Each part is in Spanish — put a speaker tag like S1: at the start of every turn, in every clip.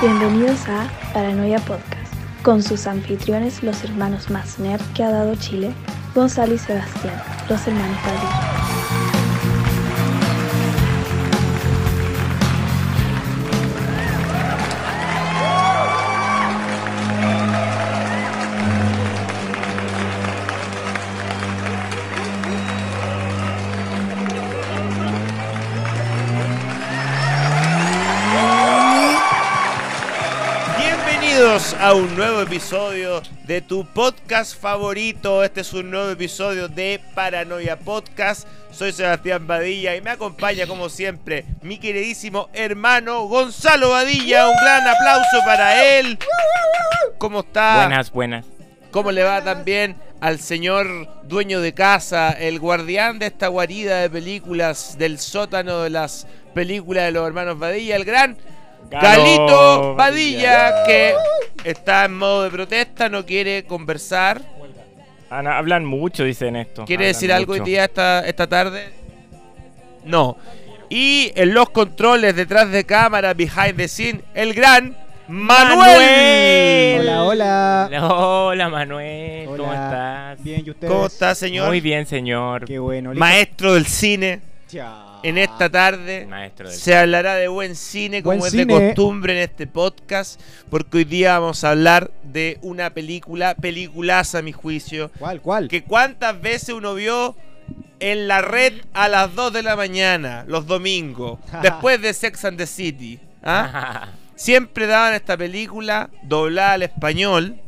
S1: Bienvenidos a Paranoia Podcast, con sus anfitriones, los hermanos más nerd que ha dado Chile, Gonzalo y Sebastián, los hermanos Padilla.
S2: Bienvenidos a un nuevo episodio de tu podcast favorito. Este es un nuevo episodio de Paranoia Podcast. Soy Sebastián Badilla y me acompaña como siempre mi queridísimo hermano Gonzalo Badilla. Un gran aplauso para él. ¿Cómo está?
S3: Buenas, buenas.
S2: ¿Cómo le va también al señor dueño de casa, el guardián de esta guarida de películas, del sótano de las películas de los hermanos Badilla, el gran Galito
S3: Galo
S2: Padilla, que está en modo de protesta, no quiere conversar.
S3: Ana, hablan mucho, dicen esto.
S2: ¿Quiere
S3: Hablan
S2: decir algo hoy
S3: mucho.
S2: día esta, esta tarde? No. Y en los controles detrás de cámara, behind the scene, el gran Manuel.
S3: Manuel.
S4: Hola, hola.
S3: Hola, Manuel.
S4: Hola.
S3: ¿Cómo estás?
S4: Bien, ¿y ustedes?
S2: ¿Cómo está, señor?
S3: Muy bien, señor.
S4: Qué bueno. listo.
S2: Maestro del cine,
S4: Chao.
S2: en esta tarde
S3: Maestro del
S2: se hablará de buen cine como
S4: Buen
S2: es de
S4: cine.
S2: costumbre en este podcast, porque hoy día vamos a hablar de una película, peliculaza a mi juicio,
S4: ¿Cuál, cuál?
S2: que cuántas veces uno vio en la red a las 2 de la mañana, los domingos, después de Sex and the City. ¿ah? Siempre daban esta película doblada al español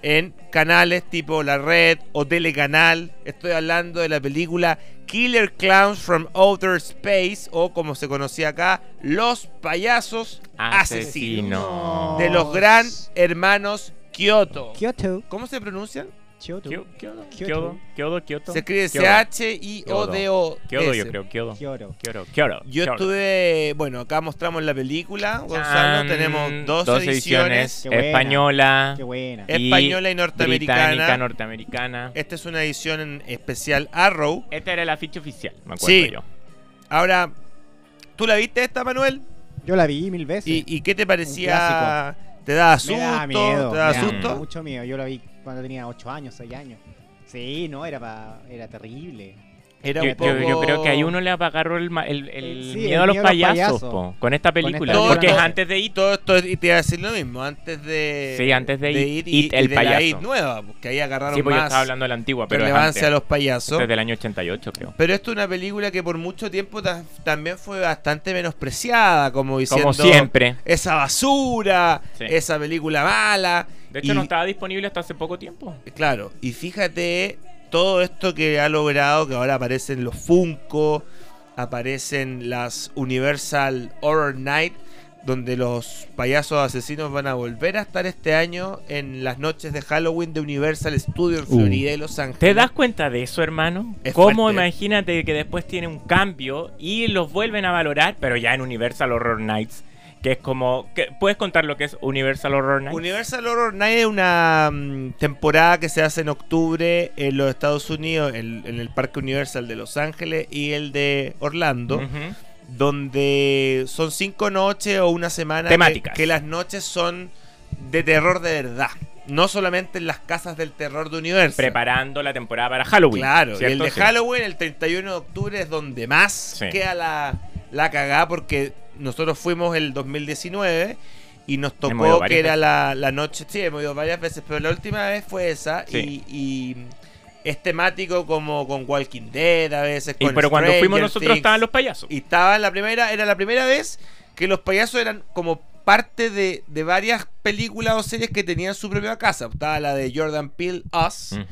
S2: en canales tipo La Red o Telecanal. Estoy hablando de la película Killer Clowns from Outer Space o como se conocía acá, Los Payasos Asesinos.
S3: Asesino.
S2: De los gran hermanos Kyoto.
S4: Kyoto.
S2: ¿Cómo se pronuncian?
S4: Kyoto.
S3: Kyo-
S4: Kyoto.
S3: Kyodo, Kyodo, Kyoto.
S2: Se escribe
S3: Kyodo.
S2: C-H-I-O-D-O.
S3: Kyodo, yo creo. Kyodo.
S4: Kyoto.
S3: Kyodo, Kyodo.
S2: Yo
S3: Kyodo.
S2: estuve, bueno, acá mostramos la película, Gonzalo,
S3: Chan.
S2: tenemos dos, ediciones,
S3: Mm, ediciones.
S4: Qué buena.
S3: Española,
S4: Qué buena.
S3: Eh, y
S2: española y
S3: británica,
S2: norteamericana. Eh.
S3: norteamericana.
S2: Esta es una edición en especial Arrow.
S3: Esta era la ficha oficial, me acuerdo
S2: Sí.
S3: yo.
S2: Ahora, ¿tú la viste esta, Manuel?
S4: Yo la vi mil veces.
S2: ¿Y, y qué te parecía? ¿Te da
S4: me
S2: susto?
S4: da miedo.
S2: ¿Te da
S4: me
S2: susto?
S4: mucho miedo. Yo la vi cuando tenía 8 años, 6 años. Sí, no, era pa... era terrible.
S2: Era
S3: Yo,
S2: un poco...
S3: yo- yo creo que ahí uno le agarró el, ma- el- el
S4: Sí, el
S3: miedo a los
S4: miedo a los
S3: payasos,
S4: payasos.
S3: po, con esta película.
S2: película.
S3: porque es
S2: Todo-
S3: antes de
S2: Y
S3: It.
S2: todo esto, y te iba a decir lo mismo, antes de...
S3: Sí, antes de It,
S2: y,
S3: It, el
S2: y de la
S3: payaso.
S2: It nueva, porque ahí agarraron
S3: Sí, pues yo
S2: más
S3: estaba hablando de la antigua, pero es antes.
S2: relevancia a los
S3: Esta
S2: payasos.
S3: es del año 88, creo.
S2: Pero esto es una película que por mucho tiempo ta- también fue bastante menospreciada, como diciendo...
S3: Como siempre.
S2: Esa basura,
S3: Sí.
S2: esa película mala.
S3: De hecho,
S2: y-
S3: no estaba disponible hasta hace poco tiempo.
S2: Claro, y fíjate todo esto que ha logrado, que ahora aparecen los Funko, aparecen las Universal Horror Night, donde los payasos asesinos van a volver a estar este año en las noches de Halloween de Universal Studios en
S4: Uh.
S2: Florida y Los Ángeles.
S3: ¿Te das cuenta de eso, hermano?
S2: Es
S3: ¿Cómo
S2: fuerte.
S3: imagínate que después tiene un cambio y los vuelven a valorar, pero ya en Universal Horror Nights? Que es como. que- ¿Puedes contar lo que es Universal Horror Nights?
S2: Universal Horror Night es una mm, temporada que se hace en octubre en los Estados Unidos, en, en el Parque Universal de Los Ángeles y el de Orlando.
S3: Ujú.
S2: donde son cinco noches o una semana
S3: Temáticas.
S2: Que, que las noches son de terror de verdad. No solamente en las casas del terror de universo.
S3: Preparando la temporada para Halloween.
S2: Claro, y el
S3: ¿cierto?
S2: de
S3: Sí.
S2: Halloween el 31 de octubre es donde más
S3: Sí.
S2: queda la, la cagada porque nosotros fuimos el 2019 y nos
S3: Hemos ido
S2: tocó
S3: varias
S2: que era la, la noche, sí, hemos ido varias veces, pero la última vez fue esa
S3: Sí.
S2: y, y es temático como con Walking Dead a veces.
S3: Y,
S2: con
S3: pero cuando fuimos
S2: Stranger
S3: nosotros
S2: Things.
S3: estaban los payasos.
S2: Y estaba en la primera, era la primera vez que los payasos eran como parte de, de varias películas o series que tenían su propia casa. Estaba la de Jordan Peele, Us,
S3: Ujú.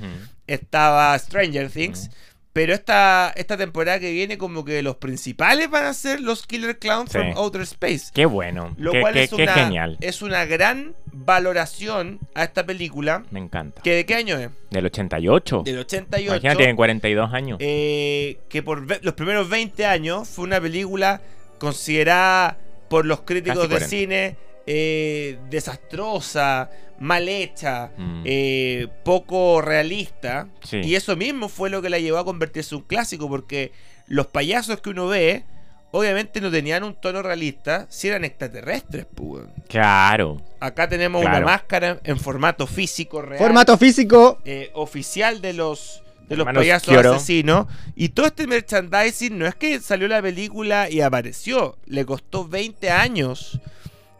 S2: estaba Stranger Things. Pero esta, esta temporada que viene, como que los principales van a ser los Killer Clowns
S3: Sí.
S2: from Outer Space.
S3: Qué bueno.
S2: Lo
S3: qué,
S2: cual
S3: qué-
S2: es,
S3: qué
S2: una, eh,
S3: genial.
S2: es una gran valoración a esta película.
S3: Me encanta.
S2: ¿Que ¿De qué año es?
S3: Del 88.
S2: Del 88.
S3: Imagínate, tienen 42 años.
S2: eh, que por ve- los primeros 20 años fue una película considerada por los críticos
S3: Casi
S2: de
S3: 40.
S2: cine eh, desastrosa, mal hecha,
S3: Mm.
S2: eh, poco realista.
S3: Sí.
S2: Y eso mismo fue lo que la llevó a convertirse en un clásico, porque los payasos que uno ve obviamente no tenían un tono realista si eran extraterrestres, pues. weón.
S3: Claro.
S2: Acá tenemos
S3: Claro.
S2: una máscara en formato físico real.
S4: Formato físico.
S2: eh, oficial de los de los
S3: Hermanos
S2: payasos
S3: Quioro.
S2: asesinos. Y todo este merchandising no es que salió la película y apareció. Le costó 20 años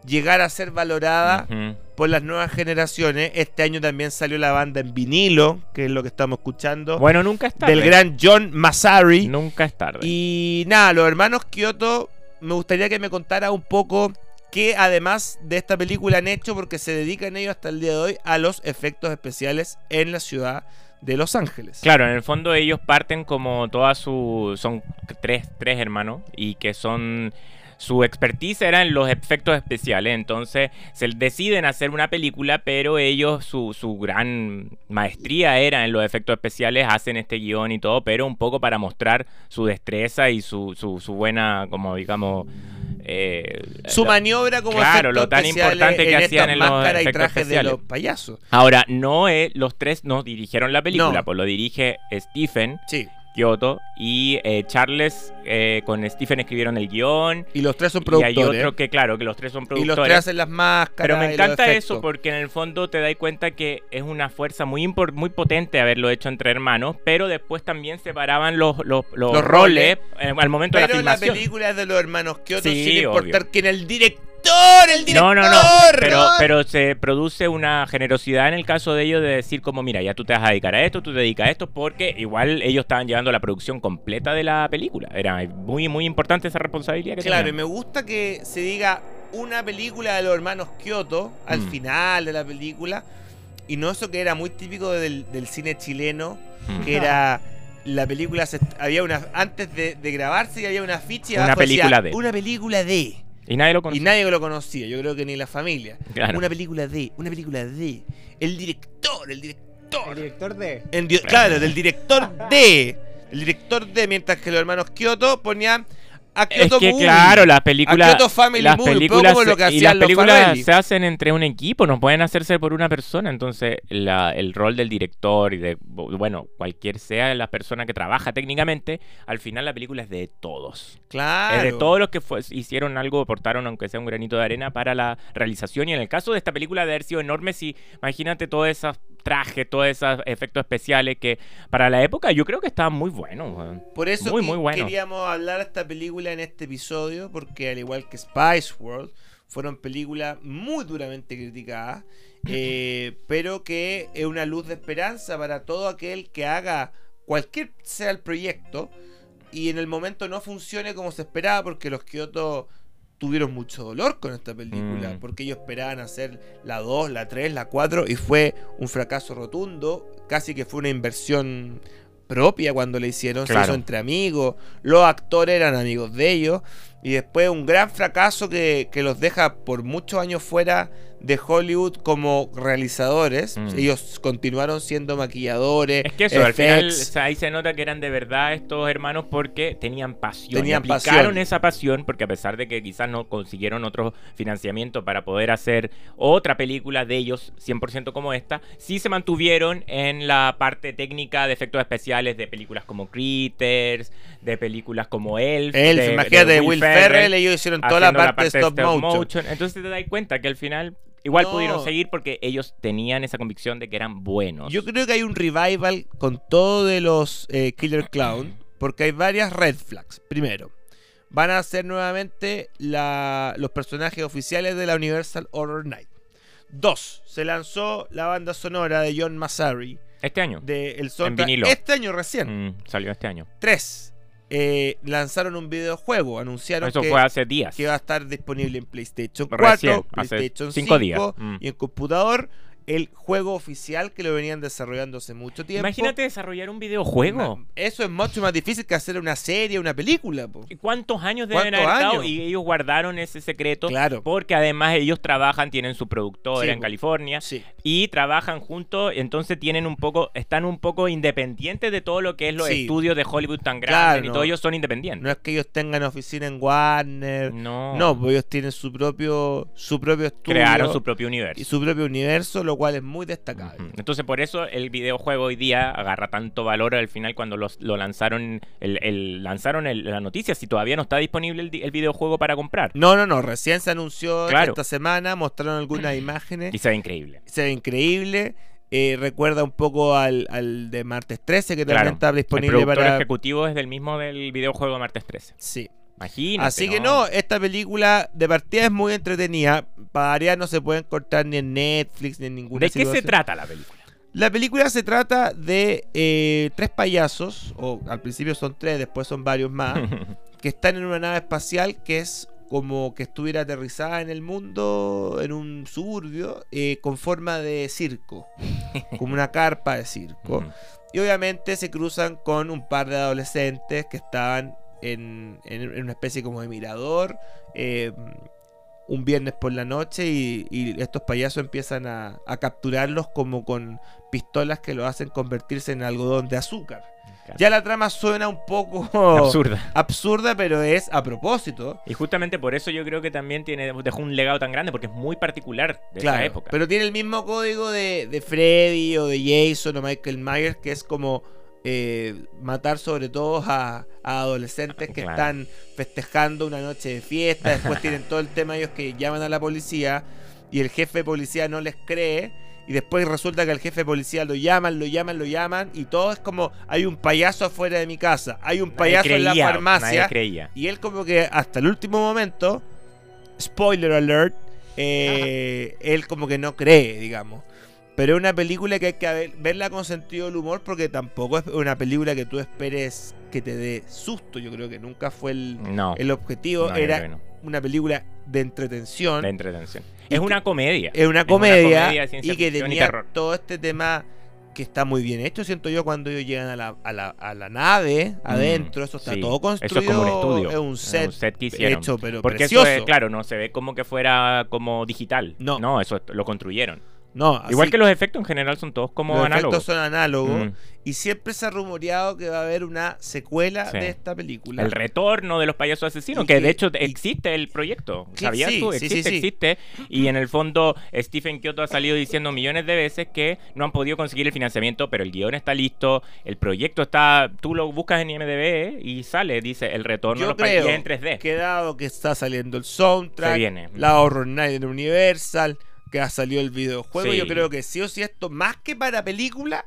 S2: llegar a ser valorada
S3: Ujú.
S2: por las nuevas generaciones. Este año también salió la banda en vinilo, que es lo que estamos escuchando.
S3: Bueno, nunca es tarde.
S2: del gran John Massari.
S3: Nunca es tarde.
S2: Y nada, los hermanos Kyoto, me gustaría que me contara un poco qué además de esta película han hecho, porque se dedican ellos hasta el día de hoy a los efectos especiales en la ciudad de Los Ángeles.
S3: Claro, en el fondo ellos parten como toda su... Son tres, tres hermanos y que son... Su expertise era en los efectos especiales, entonces se deciden hacer una película, pero ellos, su, su gran maestría era en los efectos especiales, hacen este guión y todo, pero un poco para mostrar su destreza y su, su, su buena, como digamos... eh,
S2: Su
S3: la-
S2: maniobra como
S3: Claro,
S2: efectos
S3: lo tan
S2: especiales
S3: importante que
S2: en
S3: hacían
S2: estas
S3: en los
S2: máscaras y
S3: efectos
S2: trajes
S3: especiales.
S2: de los payasos.
S3: Ahora, no es, los tres no dirigieron la película,
S2: No.
S3: pues lo dirige Stephen
S2: Sí,
S3: Kyoto y eh, Charles eh, con Stephen escribieron el guión.
S2: y los tres son
S3: Y hay
S2: productores.
S3: otro que, claro, que los tres
S2: y
S3: son
S2: los tres
S3: productores.
S2: hacen las máscaras.
S3: Pero
S2: y
S3: me
S2: los
S3: encanta
S2: efectos.
S3: eso porque en el fondo te das cuenta que es una fuerza muy, impor- muy potente haberlo hecho entre hermanos, pero después también separaban los, los, los
S2: Los roles.
S3: roles eh, al momento
S2: Pero
S3: de
S2: la
S3: la filmación.
S2: película es de los hermanos Kyoto,
S3: Sí,
S2: sin importar
S3: obvio.
S2: quién es el director, el director.
S3: No, no, no. Pero, pero se produce una generosidad en el caso de ellos de decir como, mira, ya tú te vas a dedicar a esto, tú te dedicas a esto, porque igual ellos estaban llevando la producción completa de la película. Era muy, muy importante esa responsabilidad que
S2: Claro, y
S3: tenían.
S2: me gusta que se diga una película de los hermanos Kyoto al
S3: Mm.
S2: final de la película. Y no eso que era muy típico del, del cine chileno,
S3: Mm.
S2: que era la película se- había una antes de, de grabarse y había una ficha y
S3: Una
S2: abajo decía,
S3: película de.
S2: una película de
S3: Y nadie lo
S2: y
S3: conocía.
S2: nadie lo conocía, yo creo que ni la familia.
S3: Claro.
S2: Una película de, una película de el director, el
S4: El
S2: director.
S4: director de.
S2: En di- claro, del director de. El director de, mientras que los hermanos Kyoto ponían a
S3: Es
S2: Kyoto
S3: que
S2: Movie.
S3: claro, las
S2: A
S3: películas,
S2: Kyoto Family
S3: las
S2: Movie, un poco
S3: películas,
S2: como lo
S3: se-
S2: que
S3: y
S2: hacían
S3: las
S2: los
S3: películas
S2: Farrelly.
S3: se hacen entre un equipo, no pueden hacerse por una persona, entonces la- el rol del director y de bueno cualquier sea la persona que trabaja técnicamente, al final la película es de todos.
S2: Claro.
S3: Es de todos los que fue- hicieron algo, aportaron aunque sea un granito de arena para la realización. Y en el caso de esta película de haber sido enorme, si imagínate todos esos trajes, todos esos efectos especiales que para la época yo creo que estaban muy buenos. weón.
S2: Por eso
S3: Muy,
S2: que-
S3: muy bueno.
S2: queríamos hablar de esta película en este episodio, porque al igual que Spice World, fueron películas muy duramente criticadas, eh, pero que es una luz de esperanza para todo aquel que haga cualquier sea el proyecto y en el momento no funcione como se esperaba, porque los Kyoto tuvieron mucho dolor con esta película,
S3: Mm.
S2: porque ellos esperaban hacer la 2, la 3, la 4 y fue un fracaso rotundo, casi que fue una inversión propia cuando la hicieron, se
S3: Claro.
S2: hizo entre amigos, los actores eran amigos de ellos, y después un gran fracaso que, que los deja por muchos años fuera de Hollywood como realizadores.
S3: Mm.
S2: Ellos continuaron siendo maquilladores,
S3: Es que eso, al final o
S2: effects,
S3: sea, ahí se nota que eran de verdad estos hermanos porque tenían pasión.
S2: Tenían
S3: y aplicaron
S2: pasión.
S3: esa pasión porque a pesar de que quizás no consiguieron otro financiamiento para poder hacer otra película de ellos 100% como esta, sí se mantuvieron en la parte técnica de efectos especiales de películas como Critters, de películas como Elf.
S2: Elf,
S3: de,
S2: imagínate, de Will Ferrell, ellos hicieron toda la
S3: haciendo
S2: parte, de stop, motion.
S3: Entonces te das cuenta que al final igual
S2: No.
S3: pudieron seguir porque ellos tenían esa convicción de que eran buenos.
S2: Yo creo que hay un revival con todo de los eh, Killer Clown, porque hay varias red flags. Primero, van a ser nuevamente la- los personajes oficiales de la Universal Horror Night. Dos, se lanzó la banda sonora de John Massari
S3: Este año.
S2: de El soundtrack
S3: vinilo.
S2: este año recién.
S3: Mm, salió este año.
S2: Tres, eh, lanzaron un videojuego, anunciaron
S3: Eso
S2: que,
S3: fue hace días.
S2: que va a estar disponible en PlayStation 4,
S3: Recién, hace
S2: PlayStation 5,
S3: cinco días. Mm.
S2: y en computador. El juego oficial que lo venían desarrollando hace mucho tiempo.
S3: Imagínate desarrollar un videojuego.
S2: Una- eso es mucho más difícil que hacer una serie, una película. po.
S3: ¿Y ¿Cuántos años deben
S2: ¿Cuántos
S3: haber estado?
S2: años?
S3: Y ellos guardaron ese secreto.
S2: Claro.
S3: Porque además ellos trabajan, tienen su productora
S2: Sí,
S3: en
S2: po.
S3: California
S2: Sí.
S3: y trabajan juntos, entonces tienen un poco, están un poco independientes de todo lo que es los
S2: Sí.
S3: estudios de Hollywood tan
S2: Claro,
S3: grandes y
S2: no.
S3: todos ellos son independientes.
S2: No es que ellos tengan oficina en Warner. No,
S3: No,
S2: pues ellos tienen su propio, su propio estudio.
S3: crearon su propio universo.
S2: y su propio universo, lo lo cual es muy destacable.
S3: Ujú. Entonces por eso el videojuego hoy día agarra tanto valor al final cuando los- lo lanzaron, el, el- lanzaron el- la noticia, si todavía no está disponible el, di- el videojuego para comprar.
S2: No, no, no, recién se anunció
S3: Claro.
S2: esta semana, mostraron algunas imágenes,
S3: Y se ve increíble.
S2: se ve increíble, eh, recuerda un poco al, al de martes 13 que
S3: Claro.
S2: también está
S3: El
S2: disponible
S3: productor
S2: para...
S3: ejecutivo es del mismo del videojuego Martes 13.
S2: Sí.
S3: Imagínate.
S2: Así que no, esta película de partida es muy entretenida, para variar no se puede encontrar ni en Netflix ni en ninguna
S3: ¿De qué se
S2: situación.
S3: trata la película?
S2: La película se trata de eh, tres payasos, o al principio son tres, después son varios más, que están en una nave espacial que es como que estuviera aterrizada en el mundo, en un suburbio, eh, con forma de circo, como una carpa de circo.
S3: Ujú.
S2: Y obviamente se cruzan con un par de adolescentes que estaban en, en- en una especie como de mirador. eh, un viernes por la noche y, y estos payasos empiezan a, a capturarlos como con pistolas que lo hacen convertirse en algodón de azúcar. Ya la trama suena un poco
S3: Absurda.
S2: absurda, pero es a propósito.
S3: Y justamente por eso yo creo que también tiene, dejó un legado tan grande, porque es muy particular de esa
S2: claro,
S3: época.
S2: pero tiene el mismo código de, de Freddy o de Jason o Michael Myers, que es como eh, matar sobre todo a, a adolescentes que
S3: Claro.
S2: están festejando una noche de fiesta. Después tienen todo el tema ellos que llaman a la policía y el jefe de policía no les cree. Y después resulta que el jefe de policía lo llaman, lo llaman, lo llaman. Y todo es como, hay un payaso afuera de mi casa, hay un
S3: Nadie
S2: payaso en
S3: creía,
S2: la
S3: Nadie
S2: farmacia.
S3: creía.
S2: Y él como que hasta el último momento, spoiler alert, eh, él como que no cree, digamos. Pero es una película que hay que haber- verla con sentido del humor porque tampoco es una película que tú esperes que te dé susto. Yo creo que nunca fue el,
S3: No.
S2: el objetivo.
S3: no, yo creo
S2: Era
S3: que no.
S2: una película de entretención.
S3: La entretención.
S2: Y
S3: Es
S2: que-
S3: una comedia.
S2: Es una
S3: Es una
S2: comedia,
S3: comedia de ciencia
S2: y que
S3: ficción y
S2: tenía
S3: terror.
S2: todo este tema que está muy bien hecho, siento yo, cuando ellos llegan a la, a la, a la nave, adentro, eso está
S3: Mm, sí.
S2: todo
S3: Eso es
S2: construido.
S3: como un estudio,
S2: Es un
S3: es
S2: set,
S3: un set que hicieron.
S2: hecho, pero
S3: Porque
S2: precioso.
S3: eso, es, claro, no se ve como que fuera como digital.
S2: No.
S3: No, eso lo construyeron.
S2: No, así-
S3: Igual que los efectos en general son todos como
S2: los efectos
S3: análogos.
S2: son análogos.
S3: Mm.
S2: Y siempre se ha rumoreado que va a haber una secuela
S3: Sí.
S2: de esta película.
S3: El retorno de los payasos asesinos,
S2: Y
S3: que,
S2: que-
S3: de hecho
S2: y-
S3: existe el proyecto.
S2: Sí,
S3: ¿Sabías
S2: sí,
S3: tú?
S2: sí, sí,
S3: Existe,
S2: sí.
S3: existe. Y en el fondo, Stephen Kyoto ha salido diciendo millones de veces que no han podido conseguir el financiamiento, pero el guión está listo, el proyecto está. Tú lo buscas en IMDb y sale, dice el retorno de
S2: Yo
S3: los payasos
S2: creo
S3: en 3D.
S2: que dado que está saliendo el
S3: Se
S2: soundtrack,
S3: viene.
S2: la Horror Night en Universal, que ha salido el videojuego.
S3: Sí.
S2: Yo creo que sí o sí esto, más que para película,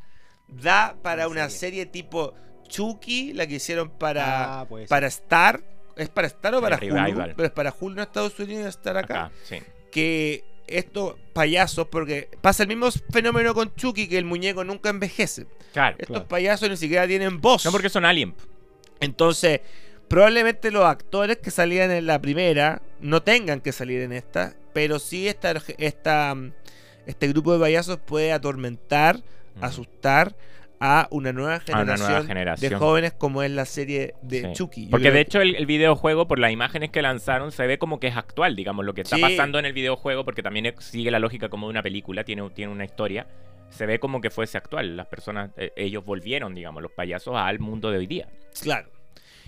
S2: da para una serie tipo Chucky, la que hicieron para,
S4: Ah, pues.
S2: para Star. ¿Es para Star o
S3: El
S2: para Hulu?
S3: revival.
S2: Pero es para Hulu en Estados Unidos y Star acá.
S3: Acá, sí.
S2: Que estos payasos, porque pasa el mismo fenómeno con Chucky, que el muñeco nunca envejece.
S3: Claro.
S2: Estos
S4: Claro.
S2: payasos ni siquiera tienen voz.
S3: No porque son alien.
S2: Entonces, probablemente los actores que salían en la primera no tengan que salir en esta, pero sí esta, esta, este grupo de payasos puede atormentar, asustar a una nueva
S3: A una
S2: generación,
S3: nueva generación.
S2: de jóvenes como es la serie de
S3: Sí.
S2: Chucky. Yo
S3: Porque
S2: creo
S3: de hecho el, el videojuego, por las imágenes que lanzaron, se ve como que es actual, digamos, lo que está
S2: Sí.
S3: pasando en el videojuego, porque también es- sigue la lógica como de una película, tiene, tiene una historia. Se ve como que fuese actual. Las personas, eh, ellos volvieron, digamos, los payasos al mundo de hoy día.
S2: Claro.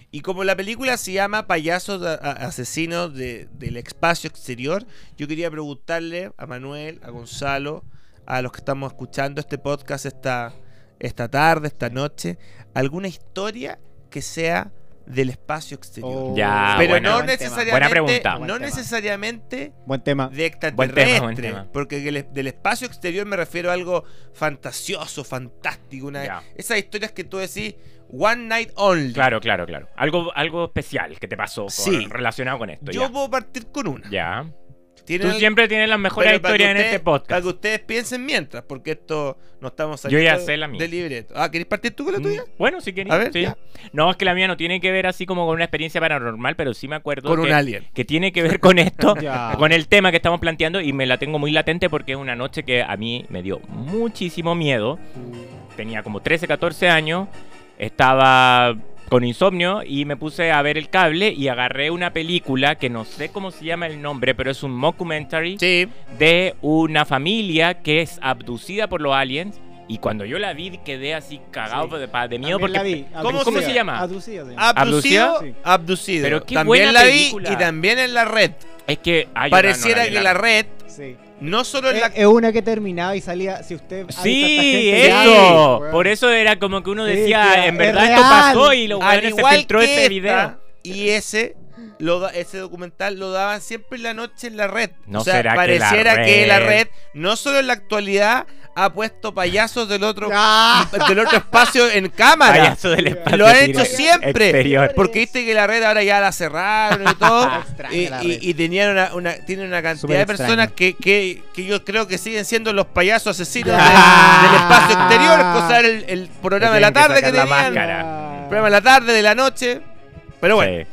S2: Y como la película se llama Payasos a- a- Asesinos de- del Espacio Exterior, yo quería preguntarle a Manuel, a Gonzalo, a los que estamos escuchando este podcast esta, esta tarde, esta noche, alguna historia que sea del espacio exterior.
S4: Oh,
S3: Ya,
S2: Pero
S3: buena-
S2: no
S4: buen tema.
S2: necesariamente,
S3: Ah, Buena pregunta.
S2: no
S4: Buen tema.
S2: necesariamente
S4: Buen tema.
S2: de
S3: Buen
S2: extraterrestre,
S3: tema, buen tema.
S2: porque del, del espacio exterior me refiero a algo fantasioso, fantástico, una
S3: Ya.
S2: esas historias que tú decís one night only.
S3: Claro, claro, claro. Algo, algo especial que te pasó con-
S2: Sí.
S3: relacionado con esto.
S2: Yo
S3: ya.
S2: puedo partir con una.
S3: Ya.
S2: Tienen
S3: Tú
S2: al-
S3: siempre tienes las mejores
S2: pero para que
S3: historias en
S2: ustedes-
S3: este
S2: Para
S3: podcast.
S2: que ustedes piensen mientras, porque esto no estamos
S3: Yo ya
S2: saliendo
S3: sé la mía.
S2: del libreto. Ah, ¿querés partir tú con la tuya?
S3: Mm, Bueno, si queréis.
S2: A ver,
S3: sí.
S2: ya.
S3: No, es que la mía no tiene que ver así como con una experiencia paranormal, pero sí me acuerdo
S2: Con
S3: que,
S2: un alien.
S3: que tiene que ver con esto,
S4: Ya.
S3: con el tema que estamos planteando y me la tengo muy latente porque es una noche que a mí me dio muchísimo miedo. Tenía como 13, 14 años, estaba con insomnio y me puse a ver el cable y agarré una película que no sé cómo se llama el nombre, pero es un mockumentary
S2: Sí.
S3: de una familia que es abducida por los aliens. Y cuando yo la vi quedé así cagado
S4: Sí.
S3: de, pa- de miedo
S4: También la
S3: porque...
S4: vi,
S3: ¿Cómo, cómo se
S4: abducida,
S3: llama?
S4: Abducida, se
S2: Ah.
S4: llama.
S2: Abducido.
S4: ¿Abducido?
S2: Abducido.
S3: Pero qué
S2: también
S3: buena
S2: la vi
S3: película.
S2: y también en la red.
S3: Es que... ay, yo no- no
S2: Pareciera
S3: vi
S2: que
S3: en
S2: la red
S4: Sí.
S2: No solo en
S4: Es
S2: la.
S4: Eh, es una que terminaba y salía. Si usted. ha visto a esta
S3: Sí,
S4: gente, ya,
S3: eso.
S4: weón.
S3: Por eso era como que uno
S4: Sí,
S3: decía,
S4: tía,
S3: en
S4: es
S3: verdad esto
S4: real.
S3: pasó y los
S2: al
S3: weones se
S2: igual
S3: filtró
S2: que
S3: este
S2: esta,
S3: video.
S2: Y ese, lo da- ese documental lo daban siempre en la noche en la red.
S3: ¿No
S2: o sea,
S3: será que la
S2: pareciera que la
S3: red-
S2: red, no solo en la actualidad, ha puesto payasos del otro,
S4: Ah,
S2: del otro espacio en cámara.
S3: Payaso del espacio.
S2: Lo han hecho
S3: exterior.
S2: siempre.
S3: Exterior.
S2: Porque viste que la red ahora ya la cerraron y todo.
S4: Extraña
S2: y,
S4: la
S2: y-
S4: red.
S2: y tenían una, una- tienen una cantidad
S4: Súper
S2: de personas
S4: extraño.
S2: que, que- que yo creo que siguen siendo los payasos asesinos de-
S3: Ah.
S2: del espacio exterior. Cosa era el, el programa de la
S3: Tienen que
S2: tarde que,
S3: sacar la
S2: tenían.
S3: máscara.
S4: Ah.
S2: El programa de la tarde, de la noche. Pero bueno,
S3: Sí.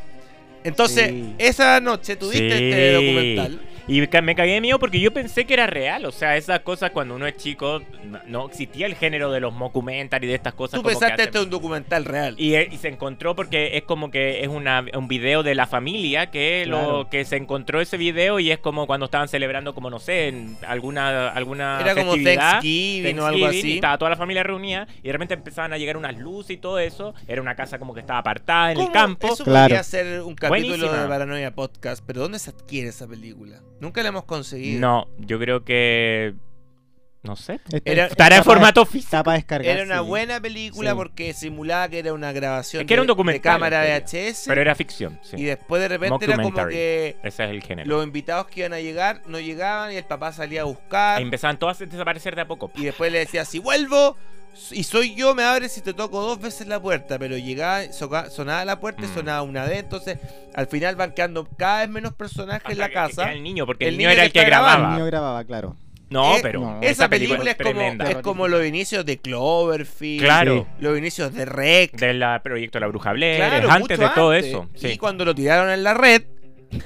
S2: entonces
S4: Sí.
S2: esa noche tuviste
S3: Sí.
S2: este documental.
S3: Y ca- me cagué de miedo porque yo pensé que era real. O sea, esas cosas cuando uno es chico, no- no existía el género de los mockumentary y de estas cosas.
S2: Tú
S3: como que
S2: pensaste
S3: hacen-
S2: este es un documental real.
S3: Y, eh, y se encontró porque es como que es una, un video de la familia que lo
S4: Claro.
S3: que se encontró ese video y es como cuando estaban celebrando como no sé en alguna alguna
S2: era como
S3: ah, festividad,
S2: Thanksgiving o algo
S3: Thanksgiving, y
S2: así.
S3: estaba toda la familia reunida y de repente empezaban a llegar unas luces y todo eso era una casa como que estaba apartada en el
S2: ¿Cómo?
S3: campo
S2: Eso
S4: Claro.
S2: podría ser un capítulo
S3: Buenísima.
S2: de Paranoia Podcast, pero ¿dónde se adquiere esa película? Nunca la hemos conseguido.
S3: no yo creo que no sé
S4: Este-
S2: Era-
S4: está
S3: estará en
S4: pa-
S3: formato físico
S4: Está para descargar.
S2: Era una
S4: sí.
S2: buena película
S4: Sí.
S2: porque simulaba que era una grabación
S3: Es que era un
S2: de- de,
S3: documental,
S2: cámara
S3: en
S2: VHS
S3: pero era ficción sí.
S2: y después de repente era como
S3: Mockumentary.
S2: que
S3: ese es el género
S2: los invitados que iban a llegar no llegaban y el papá salía a
S3: Ahí
S2: buscar
S3: empezaban todas a desaparecer de a poco
S2: y después le decía si vuelvo y soy yo me abres y te toco dos veces la puerta pero llegaba soca- sonaba la puerta y
S3: Mm.
S2: sonaba una vez entonces al final van quedando cada vez menos personajes en
S3: Hasta
S2: la
S3: que- que
S2: casa
S3: queda el niño porque
S2: El
S3: el, niño,
S2: niño
S3: era
S2: que
S3: el que
S2: está
S3: grababa
S2: grabando.
S4: El niño grababa, claro.
S3: No,
S2: Eh,
S3: pero
S4: no.
S2: Esa película es como,
S3: tremenda.
S2: es como los inicios de Cloverfield,
S3: Claro.
S2: los inicios de Rec,
S3: Del ah, proyecto La Bruja Blair,
S2: claro,
S3: es antes
S2: mucho
S3: de todo
S2: antes.
S3: eso.
S2: Y
S3: sí.
S2: cuando lo tiraron en la red,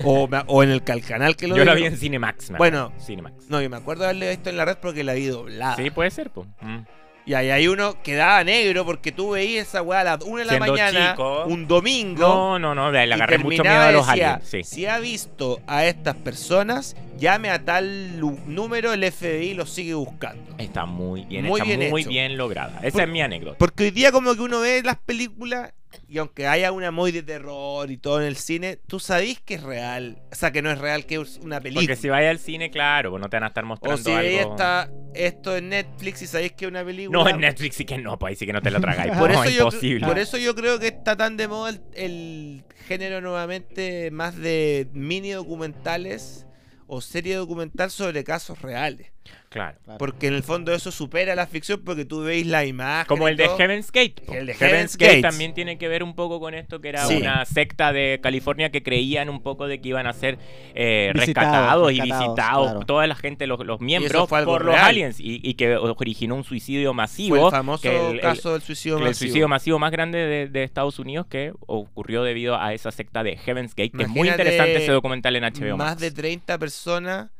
S2: o, me- o en el cal- canal que lo
S3: Yo la vi
S2: dio-
S3: en Cinemax. me
S2: Bueno.
S3: acuerdo. Cinemax.
S2: No, yo me acuerdo haberle visto en la red porque la vi doblada.
S3: Sí, puede ser, po. Mm.
S2: Y ahí hay uno que daba negro porque tú veías esa weá a las 1 de la
S3: Siendo
S2: mañana,
S3: chico.
S2: un domingo.
S3: No, no, no, le
S2: y
S3: agarré mucho
S2: terminaba
S3: miedo a los
S2: y decía,
S3: aliens. Sí.
S2: Si ha visto a estas personas, llame a tal lu- número, el FBI los sigue buscando.
S3: Está muy bien
S2: Muy
S3: hecha,
S2: bien
S3: muy
S2: hecho.
S3: bien lograda. Esa
S2: Por-
S3: es mi anécdota.
S2: Porque hoy día como que uno ve las películas y aunque haya una muy de terror y todo en el cine, tú sabés que es real. O sea, que no es real que es una película.
S3: Porque si vaya al cine, claro, pues no te van a estar
S2: o
S3: mostrando
S2: si veis
S3: algo.
S2: esta- esto en Netflix y sabéis que es una película...
S3: No, en Netflix sí que no, pues ahí sí que no te lo tragáis.
S2: Por,
S3: no,
S2: eso yo,
S3: imposible.
S2: por eso yo creo que está tan de moda el, el género nuevamente más de mini documentales o serie documental sobre casos reales.
S3: Claro.
S4: claro.
S2: Porque en el fondo eso supera la ficción porque tú veis la imagen.
S3: Como
S2: y
S3: el de
S2: todo.
S3: Heaven's Gate. po.
S2: El de Heaven's Gate.
S3: también tiene que ver un poco con esto, que era
S2: Sí.
S3: una secta de California que creían un poco de que iban a ser eh,
S4: Visitados,
S3: rescatados y
S4: rescatados,
S3: visitados
S4: claro.
S3: toda la gente, los, los miembros,
S2: eso fue algo
S3: por los
S2: real.
S3: aliens y, y que originó un suicidio masivo.
S2: Fue el famoso
S3: que el- el-
S2: caso del suicidio
S3: que el
S2: masivo.
S3: suicidio masivo más grande de, de Estados Unidos que ocurrió debido a esa secta de Heaven's Gate, que es muy
S2: Imagínate
S3: interesante ese documental en HBO.
S2: Más
S3: Max.
S2: de 30 personas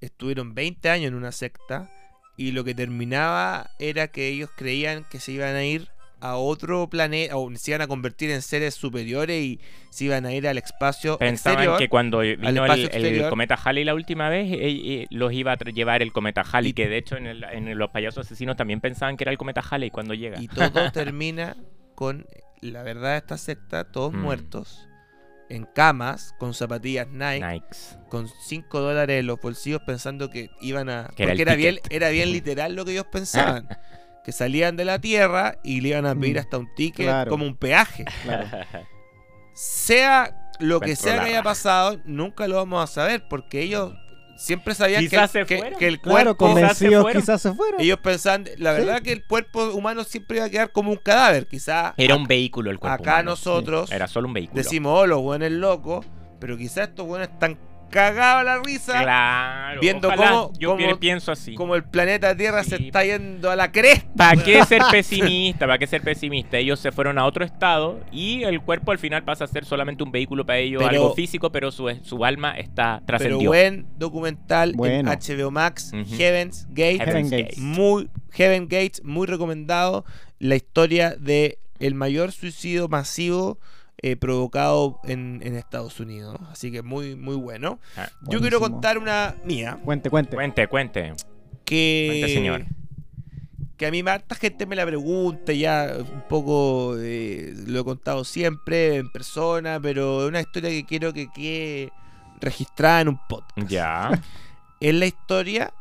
S2: estuvieron 20 años en una secta y lo que terminaba era que ellos creían que se iban a ir a otro planeta o se iban a convertir en seres superiores y se iban a ir al espacio
S3: Pensaban
S2: exterior.
S3: que cuando vino
S2: espacio
S3: el, el
S2: exterior.
S3: cometa Halley la última vez, eh, eh, los iba a tra- llevar el cometa Halley,
S2: Y-
S3: que de hecho en, el- en los payasos asesinos también pensaban que era el cometa Halley cuando llega.
S2: Y todo termina con la verdad de esta secta, todos
S3: Mm.
S2: muertos, en camas, con zapatillas Nike,
S3: Nikes.
S2: con 5 dólares en los bolsillos pensando que iban a...
S3: Que era el
S2: porque era, bien, era bien literal lo que ellos pensaban. que salían de la Tierra y le iban a pedir
S4: Mm,
S2: hasta un ticket
S4: claro.
S2: como un peaje.
S4: claro.
S2: Sea lo que
S3: Encuentro
S2: sea
S3: la
S2: que haya
S3: raja.
S2: pasado, nunca lo vamos a saber porque ellos siempre sabían que,
S3: Quizás
S2: el-
S3: se
S2: que-
S3: fueron.
S2: que el
S4: Claro,
S2: cuerpo...
S3: conven- se
S4: convencidos
S3: fueron.
S4: quizás se fueron.
S2: ellos pensaban, la
S4: Sí.
S2: verdad que el cuerpo humano siempre iba a quedar como un cadáver, quizás...
S3: Era un vehículo el cuerpo
S2: Acá
S3: humano.
S2: nosotros
S3: Era solo un vehículo.
S2: decimos, oh, los buenos locos, pero quizás estos buenos están cagados a la risa.
S3: Claro.
S2: Viendo
S3: ojalá,
S2: cómo-
S3: yo
S2: cómo-
S3: pi- pienso así.
S2: Como el planeta Tierra se
S3: Sí.
S2: está yendo a la cresta.
S3: ¿Para qué ser pesimista? ¿Para qué ser pesimista? Ellos se fueron a otro estado y el cuerpo al final pasa a ser solamente un vehículo para ellos,
S2: Pero-
S3: algo físico, pero su, su alma está
S2: Pero
S3: trascendió.
S2: buen documental
S4: Bueno.
S2: en HBO Max,
S3: Ujú.
S2: Heaven's Gate.
S4: Heaven-
S3: Heaven's
S4: Gates.
S3: Gate.
S2: Muy, Heaven Gates, muy recomendado. La historia de el mayor suicidio masivo eh, provocado en, en Estados Unidos. Así que muy, muy bueno.
S3: Ah,
S2: Yo quiero
S4: buenísimo.
S2: contar una mía
S4: Cuente, cuente.
S3: Cuente, cuente.
S2: que.
S3: Cuente, señor.
S2: Que a mí harta gente me la pregunta, ya un poco eh, lo he contado siempre en persona, pero es una historia que quiero que quede registrada en un podcast.
S3: Ya.
S2: Es la historia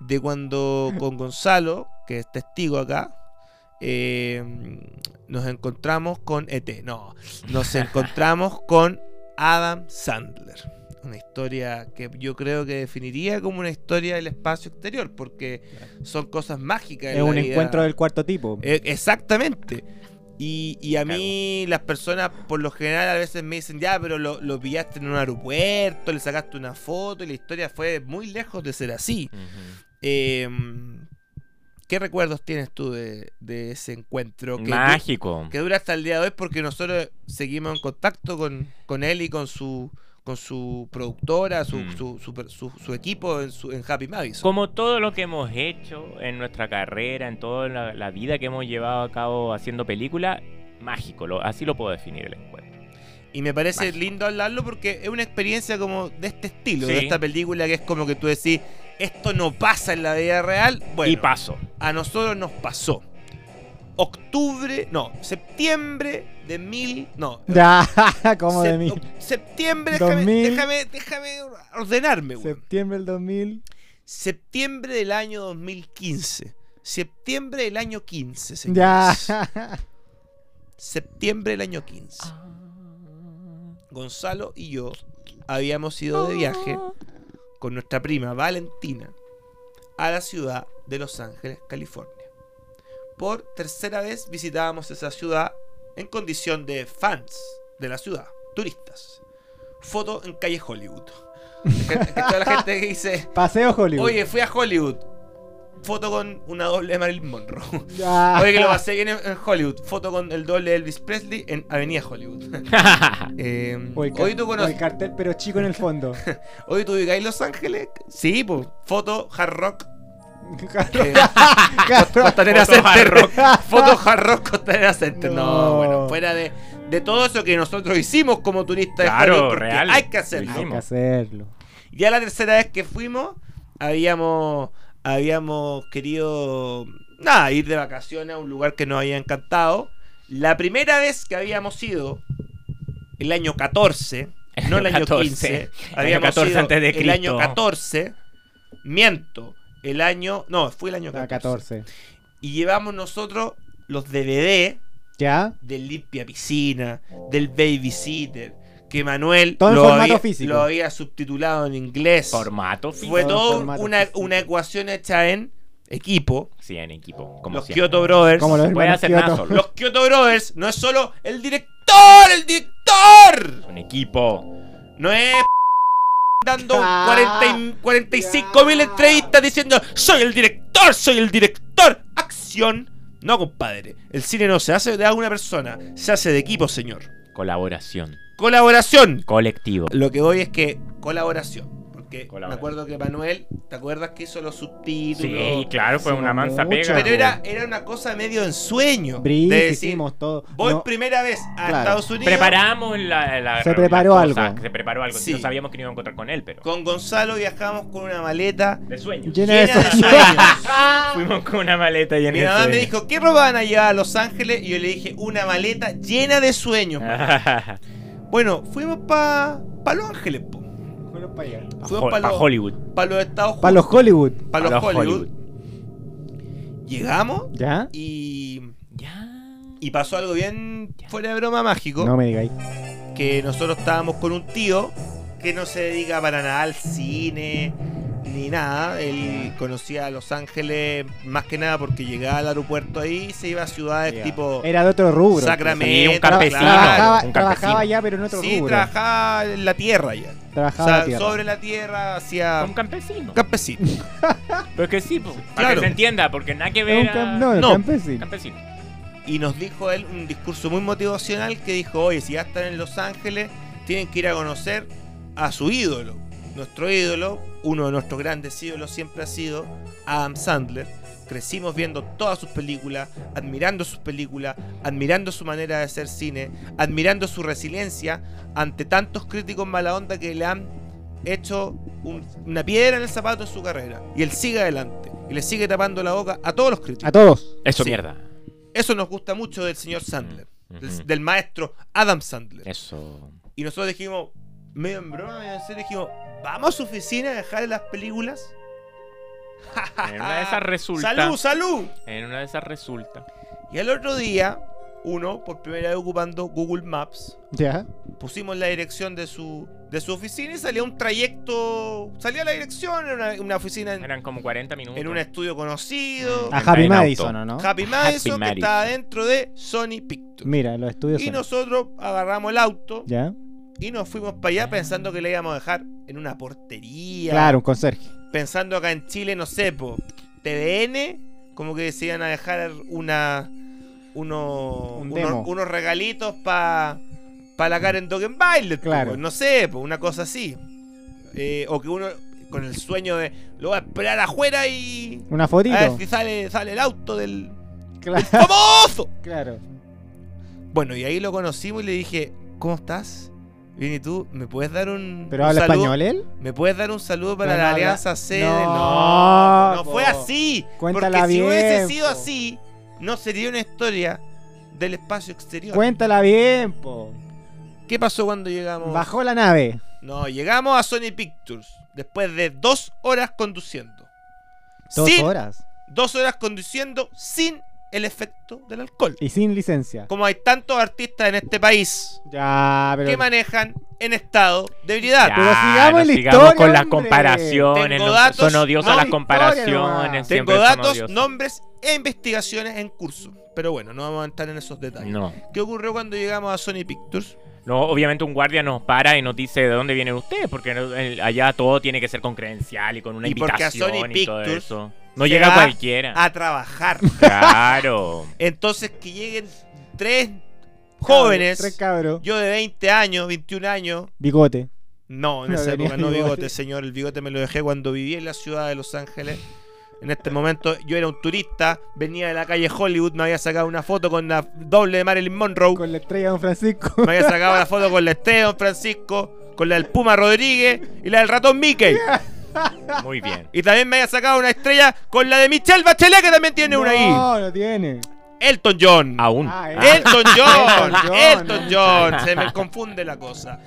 S2: de cuando con Gonzalo, que es testigo acá, eh, nos encontramos con ET. No, nos encontramos con Adam Sandler. Una historia que yo creo que definiría como una historia del espacio exterior, porque son cosas mágicas. en la
S4: Es un
S2: vida.
S4: encuentro del cuarto tipo.
S2: Eh, exactamente. Y, y a mí las personas por lo general a veces me dicen, ya, pero lo, lo pillaste en un aeropuerto, le sacaste una foto y la historia fue muy lejos de ser así.
S3: Ujú.
S2: Eh, ¿Qué recuerdos tienes tú de, de ese encuentro? Que,
S3: Mágico.
S2: du- que dura hasta el día de hoy porque nosotros seguimos en contacto con, con él y con su con su productora, su,
S3: Mm.
S2: su, su per- su- su equipo en, su, en Happy Madison.
S3: Como todo lo que hemos hecho en nuestra carrera, en toda la, la vida que hemos llevado a cabo haciendo película, mágico, lo- así lo puedo definir el encuentro.
S2: Y me parece
S3: Mágico.
S2: lindo hablarlo porque es una experiencia como de este estilo, de
S3: Sí.
S2: esta película que es como que tú decís, esto no pasa en la vida real. Bueno,
S3: y paso.
S2: a nosotros nos pasó. Octubre, no, septiembre de mil, no.
S4: Ya, como
S2: sep-
S4: de mí.
S2: oc- Septiembre, déjame,
S4: 2000.
S2: déjame, déjame ordenarme, weón.
S4: Septiembre del 2000.
S2: Septiembre del año 2015. Septiembre del año 15,
S4: Ya.
S2: señores. Septiembre del año 15. Gonzalo y yo habíamos ido de viaje con nuestra prima Valentina a la ciudad de Los Ángeles, California. Por tercera vez visitábamos esa ciudad en condición de fans de la ciudad, turistas. Foto en calle Hollywood. Que- que toda la gente que dice,
S4: Paseo Hollywood.
S2: oye, fui a Hollywood. Foto con una doble de Marilyn Monroe.
S4: Ya.
S2: Oye, que lo pasé bien en, en Hollywood. Foto con el doble de Elvis Presley en Avenida Hollywood. Eh,
S4: O el car-
S2: hoy tú
S4: o el
S2: conoces.
S4: cartel, pero chico en el fondo.
S2: Hoy tú ubicáis Los Ángeles. Sí, pues. Foto hard rock. eh, Costanera
S3: Foto hard
S2: Center.
S3: rock.
S2: Foto hard rock Costanera Center. No,
S4: No.
S2: bueno, fuera de, de todo eso que nosotros hicimos como turistas. de
S3: Claro,
S2: Hollywood, porque
S3: real.
S2: Hay que
S4: Hay
S2: hacerlo.
S3: Hicimos.
S4: que hacerlo.
S2: Ya la tercera vez que fuimos, habíamos, habíamos querido nada, ir de vacaciones a un lugar que nos había encantado. La primera vez que habíamos ido, el año 14,
S3: El
S2: no el año
S3: 14,
S2: 15,
S3: el
S2: habíamos
S3: 14
S2: ido
S3: antes de
S2: el año
S3: Cristo.
S2: 14, miento, el año, no, fue el año
S4: La
S2: 14.
S4: 14.
S2: Y llevamos nosotros los DVD
S4: ¿Ya?
S2: del limpia piscina, del babysitter, que Manuel
S4: Todo en
S2: lo,
S4: formato
S2: había,
S4: físico.
S2: lo había subtitulado en inglés.
S3: Formato
S2: Fue
S4: Todo
S3: físico.
S4: en
S2: todo
S4: formato
S2: una,
S4: físico.
S2: una ecuación hecha en equipo.
S3: Sí, en equipo. Como
S2: los
S3: siempre.
S2: Kyoto Brothers.
S4: Como los
S3: Puede
S4: hermanos
S3: hacer nada
S4: Kyoto.
S3: solo.
S2: Los Kyoto Brothers no es solo el director, el director.
S3: Un equipo.
S2: No es dando
S4: Ya,
S2: 45 mil
S4: ya.
S2: entrevistas diciendo soy el director, soy el director. Acción. No, compadre. El cine no se hace de una persona, se hace de equipo, señor.
S3: Colaboración.
S2: Colaboración.
S3: Colectivo.
S2: Lo que voy es que colaboración. Porque me
S3: Colaboración.
S2: acuerdo que Manuel, ¿te acuerdas que hizo los subtítulos?
S3: Sí, claro, fue
S4: Sí,
S3: una mansa
S4: mucho.
S3: pega.
S2: Pero era, era una cosa medio en sueño.
S4: Brief,
S2: de decir,
S4: hicimos todo.
S2: voy
S4: No,
S2: primera vez a
S4: Claro.
S2: Estados Unidos
S3: Preparamos la, la-
S4: Se
S3: la
S4: preparó
S3: cosa,
S4: algo.
S3: Se preparó algo.
S2: Sí.
S3: No sabíamos que no iba a encontrar con él, pero.
S2: con Gonzalo, viajamos con una maleta
S3: De sueño.
S4: llena
S2: llena
S4: de
S2: de
S4: sueños.
S2: sueños.
S3: Fuimos con una maleta llena
S2: Mi
S3: de
S2: mamá me
S3: sueño.
S2: dijo, ¿qué ropa van a llevar a Los Ángeles? Y yo le dije, una maleta llena de sueños.
S3: Ah.
S2: mamá". Bueno, fuimos para pa Los Ángeles, po.
S4: Fueron pa' allá.
S2: Fuimos
S3: para
S2: para los,
S3: Hollywood.
S2: pa los Estados
S4: Pa' los Hollywood.
S2: pa' los
S3: pa' los
S2: Hollywood. Llegamos
S4: ¿Ya?
S2: y,
S3: Ya.
S2: y pasó algo bien fuera de broma mágico.
S4: No me digáis.
S2: que nosotros estábamos con un tío que no se dedica para nada al cine ni nada. Él conocía a Los Ángeles más que nada porque llegaba al aeropuerto ahí y se iba a ciudades tipo
S4: Era de otro rubro.
S2: Sacramento.
S3: Sí, un campesino.
S4: Trabajaba,
S3: un campesino.
S4: trabajaba ya, pero en otro
S2: sí,
S4: rubro.
S2: trabajaba en la tierra ya. O
S4: trabajaba
S2: sea,
S4: la tierra.
S2: sobre la tierra hacia
S3: Un campesino.
S2: campesino.
S3: Pero es que sí, pues, para
S2: Claro.
S3: que se entienda, porque nada que
S4: Es
S3: ver.
S4: un
S3: a-
S4: cam- No, es
S2: No.
S4: campesino.
S3: Campesino.
S2: Y nos dijo él un discurso muy motivacional que dijo, oye, si ya están en Los Ángeles, tienen que ir a conocer a su ídolo. Nuestro ídolo, uno de nuestros grandes ídolos siempre ha sido Adam Sandler. Crecimos viendo todas sus películas, admirando sus películas, admirando su manera de hacer cine, admirando su resiliencia ante tantos críticos mala onda que le han hecho un- una piedra en el zapato en su carrera. Y él sigue adelante y le sigue tapando la boca a todos los críticos.
S4: A todos.
S3: Eso
S2: Sí.
S3: mierda.
S2: Eso nos gusta mucho del señor Sandler,
S3: Ujú. Eh.
S2: del, del maestro Adam Sandler.
S3: Eso.
S2: Y nosotros dijimos, medio en broma, medio en serio, dijimos, vamos a su oficina a dejarle las películas. Ah,
S3: En una de esas resulta.
S2: ¡Salud, salud!
S3: En una de esas resulta.
S2: Y al otro día, uno, por primera vez ocupando Google Maps,
S4: ¿Ya?
S2: pusimos la dirección de su, de su oficina y salía un trayecto. Salía la dirección, era una, una oficina en,
S3: Eran como 40 minutos.
S2: en un estudio conocido.
S4: A
S3: Ah.
S4: Happy
S3: en auto.
S4: Madison, ¿o no?
S2: Happy Madison, que
S3: Madison.
S2: estaba dentro de Sony Pictures.
S4: Mira, los estudios.
S2: Y
S4: son-
S2: nosotros agarramos el auto
S4: ¿Ya?
S2: y nos fuimos para allá pensando que le íbamos a dejar en una portería.
S4: Claro, un conserje.
S2: Pensando acá en Chile, no sé, po, TVN, como que se iban a dejar una, uno-
S4: Un demo.
S2: unos, unos regalitos para la Karen Dogenbailer.
S4: Claro.
S2: No sé, po, una cosa así. Eh, o que uno con el sueño de lo va a esperar afuera y.
S4: Una fotito.
S2: A ver si sale, sale el auto del.
S4: Claro.
S2: ¡Famoso!
S4: claro.
S2: Bueno, y ahí lo conocimos y le dije, ¿cómo estás? Bien, ¿y tú? ¿Me puedes dar un,
S4: ¿Pero
S2: un
S4: habla
S2: saludo?
S4: español él?
S2: ¿Me puedes dar un saludo para
S4: Pero
S2: la
S4: no habla-
S2: Alianza C?
S4: No,
S2: no, no
S4: po.
S2: fue así.
S4: Cuéntala
S2: porque si hubiese
S4: bien,
S2: sido
S4: po.
S2: así, no sería una historia del espacio exterior.
S4: Cuéntala bien, po.
S2: ¿Qué pasó cuando llegamos?
S4: Bajó la nave.
S2: No, llegamos a Sony Pictures después de dos horas conduciendo.
S4: Dos
S2: Sin-
S4: horas.
S2: Dos horas conduciendo sin el efecto del alcohol.
S4: Y sin licencia.
S2: Como hay tantos artistas en este país
S4: Ya, pero.
S2: que manejan en estado de ebriedad.
S3: Ya,
S4: Pero sigamos
S3: no
S4: en la
S3: sigamos
S4: historia,
S3: con las
S4: hombre.
S3: comparaciones.
S2: Tengo
S3: no-
S2: datos,
S3: son odiosas
S2: no,
S3: las
S4: historia nomás.
S3: comparaciones.
S2: Tengo
S3: siempre son
S2: datos,
S3: odiosas.
S2: nombres e investigaciones en curso. Pero bueno, no vamos a entrar en esos detalles.
S3: No.
S2: ¿Qué ocurrió cuando llegamos a Sony Pictures?
S3: No, obviamente un guardia nos para y nos dice de dónde vienen ustedes, porque no- el- allá todo tiene que ser con credencial y con una
S2: Y porque a
S3: invitación
S2: Sony
S3: y todo
S2: Pictures
S3: eso. No
S2: se
S3: llega
S2: va
S3: cualquiera.
S2: A trabajar.
S3: Claro.
S2: Entonces que lleguen tres
S4: Cabro,
S2: jóvenes,
S4: Tres cabros.
S2: yo de 20 años, 21 años.
S4: Bigote.
S2: No, en
S4: No
S2: esa
S4: tenía
S2: época no bigote,
S4: bigote.
S2: señor. El bigote me lo dejé cuando viví en la ciudad de Los Ángeles. En este momento yo era un turista, venía de la calle Hollywood, me había sacado una foto con la doble de Marilyn Monroe.
S4: Con la estrella de Don Francisco.
S2: Me había sacado la foto con la estrella Don Francisco, con la del Puma Rodríguez y la del ratón Mickey.
S3: Muy bien.
S2: Y también me había sacado una estrella con la de Michelle Bachelet, que también tiene una ahí.
S4: No, no tiene.
S2: Elton John.
S3: Aún.
S4: Ah,
S3: Ah,
S2: Elton John.
S4: Elton John. eh.
S2: Elton John. Se me confunde la cosa.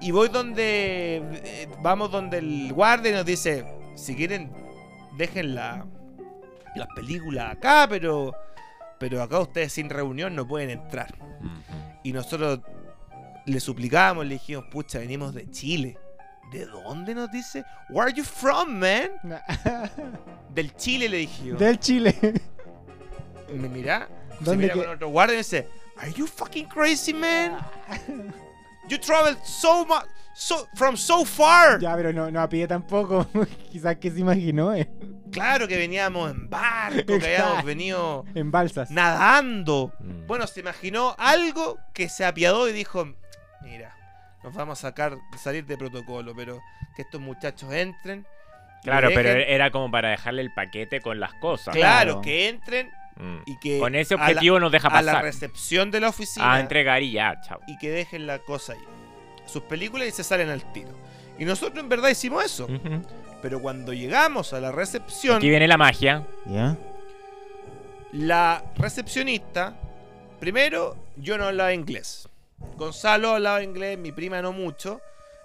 S2: Y voy donde. eh, Vamos donde el guardia y nos dice: si quieren, dejen la- las películas acá, pero. Pero acá ustedes sin reunión no pueden entrar.
S3: Mm,
S2: Y nosotros le suplicábamos, le dijimos, pucha, venimos de Chile. ¿De dónde nos dice? Where are you from, man? Del Chile le dijimos.
S4: Del Chile.
S2: Y Me mira, se
S4: ¿Dónde
S2: mira
S4: que-
S2: con otro guardia y me dice, are you fucking crazy, man? You traveled so much, so, from so far.
S4: Ya, pero no, no a pie tampoco. Quizás que se imaginó, eh.
S2: Claro que veníamos en barco, que habíamos venido
S4: En balsas.
S2: nadando.
S3: Mm.
S2: Bueno, se imaginó algo que se apiadó y dijo, mira, nos vamos a sacar, salir de protocolo, pero que estos muchachos entren.
S3: Claro,
S2: que
S3: pero
S2: dejen-
S3: era como para dejarle el paquete con las cosas.
S2: Claro,
S4: claro.
S2: que entren
S3: Mm.
S2: y que...
S3: Con ese
S2: a la-
S3: objetivo nos deja
S2: A la,
S3: pasar. Ah,
S2: recepción de la oficina.
S3: A entregar y ya, chao.
S2: y que dejen la cosa ahí. Sus películas y se salen al tiro. Y nosotros en verdad hicimos eso.
S3: Ujú.
S2: Pero cuando llegamos a la recepción,
S3: Mm. Aquí viene la magia.
S4: Ya.
S2: la recepcionista, primero yo no hablaba inglés. Gonzalo hablaba inglés, mi prima no mucho.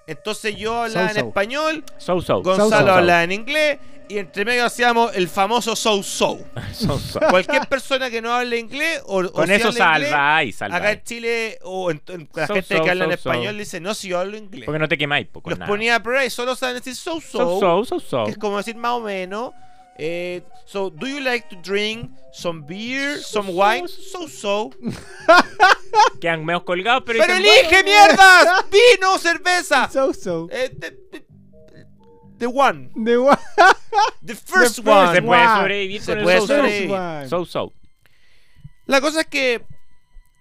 S2: Entonces yo hablaba en
S4: So-so.
S2: español,
S3: So so.
S2: Gonzalo
S4: So-so.
S2: hablaba en inglés y entre medio hacíamos el famoso so-so.
S3: So, so.
S2: Cualquier persona que no hable inglés o, o
S3: Con
S2: si
S3: eso
S2: habla inglés,
S3: salva y salva.
S2: Acá en Chile o en, en- la
S3: So,
S2: gente
S3: so,
S2: que habla en
S3: so, so.
S2: español dice, no, si yo hablo inglés.
S3: Porque no te quemáis, poco.
S2: Los ponía a prueba y solo saben decir so so,
S3: So so, so so.
S2: que es como decir más o menos. eh, so, do you like to drink some beer,
S3: So,
S2: some
S3: so,
S2: wine? So
S3: so.
S2: so.
S3: Quedan meos colgados, pero.
S2: Pero
S3: dicen,
S2: elige mierdas, vino, cerveza.
S4: So so.
S2: Eh, the, the- the one,
S4: De gua-
S2: the first
S4: first
S2: one.
S3: Se puede
S4: Guau.
S3: sobrevivir
S2: Se
S3: con el
S2: puede
S3: so, so.
S2: sobrevivir.
S3: So so.
S2: La cosa es que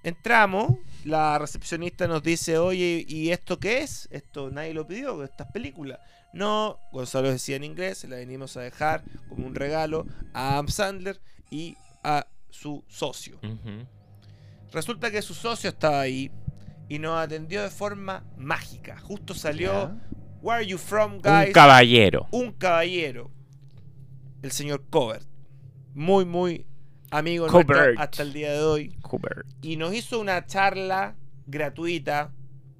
S2: entramos, la recepcionista nos dice, oye, ¿y esto qué es? Esto nadie lo pidió, estas películas. No, Gonzalo decía en inglés, se la venimos a dejar como un regalo a Adam Sandler y a su socio.
S3: Ujú.
S2: Resulta que su socio estaba ahí y nos atendió de forma mágica. Justo salió, Where are you from, guys?
S3: Un caballero.
S2: Un caballero. El señor Covert. Muy, muy amigo nuestro
S3: Covert.
S2: hasta el día de hoy
S3: Cooper.
S2: y nos hizo una charla gratuita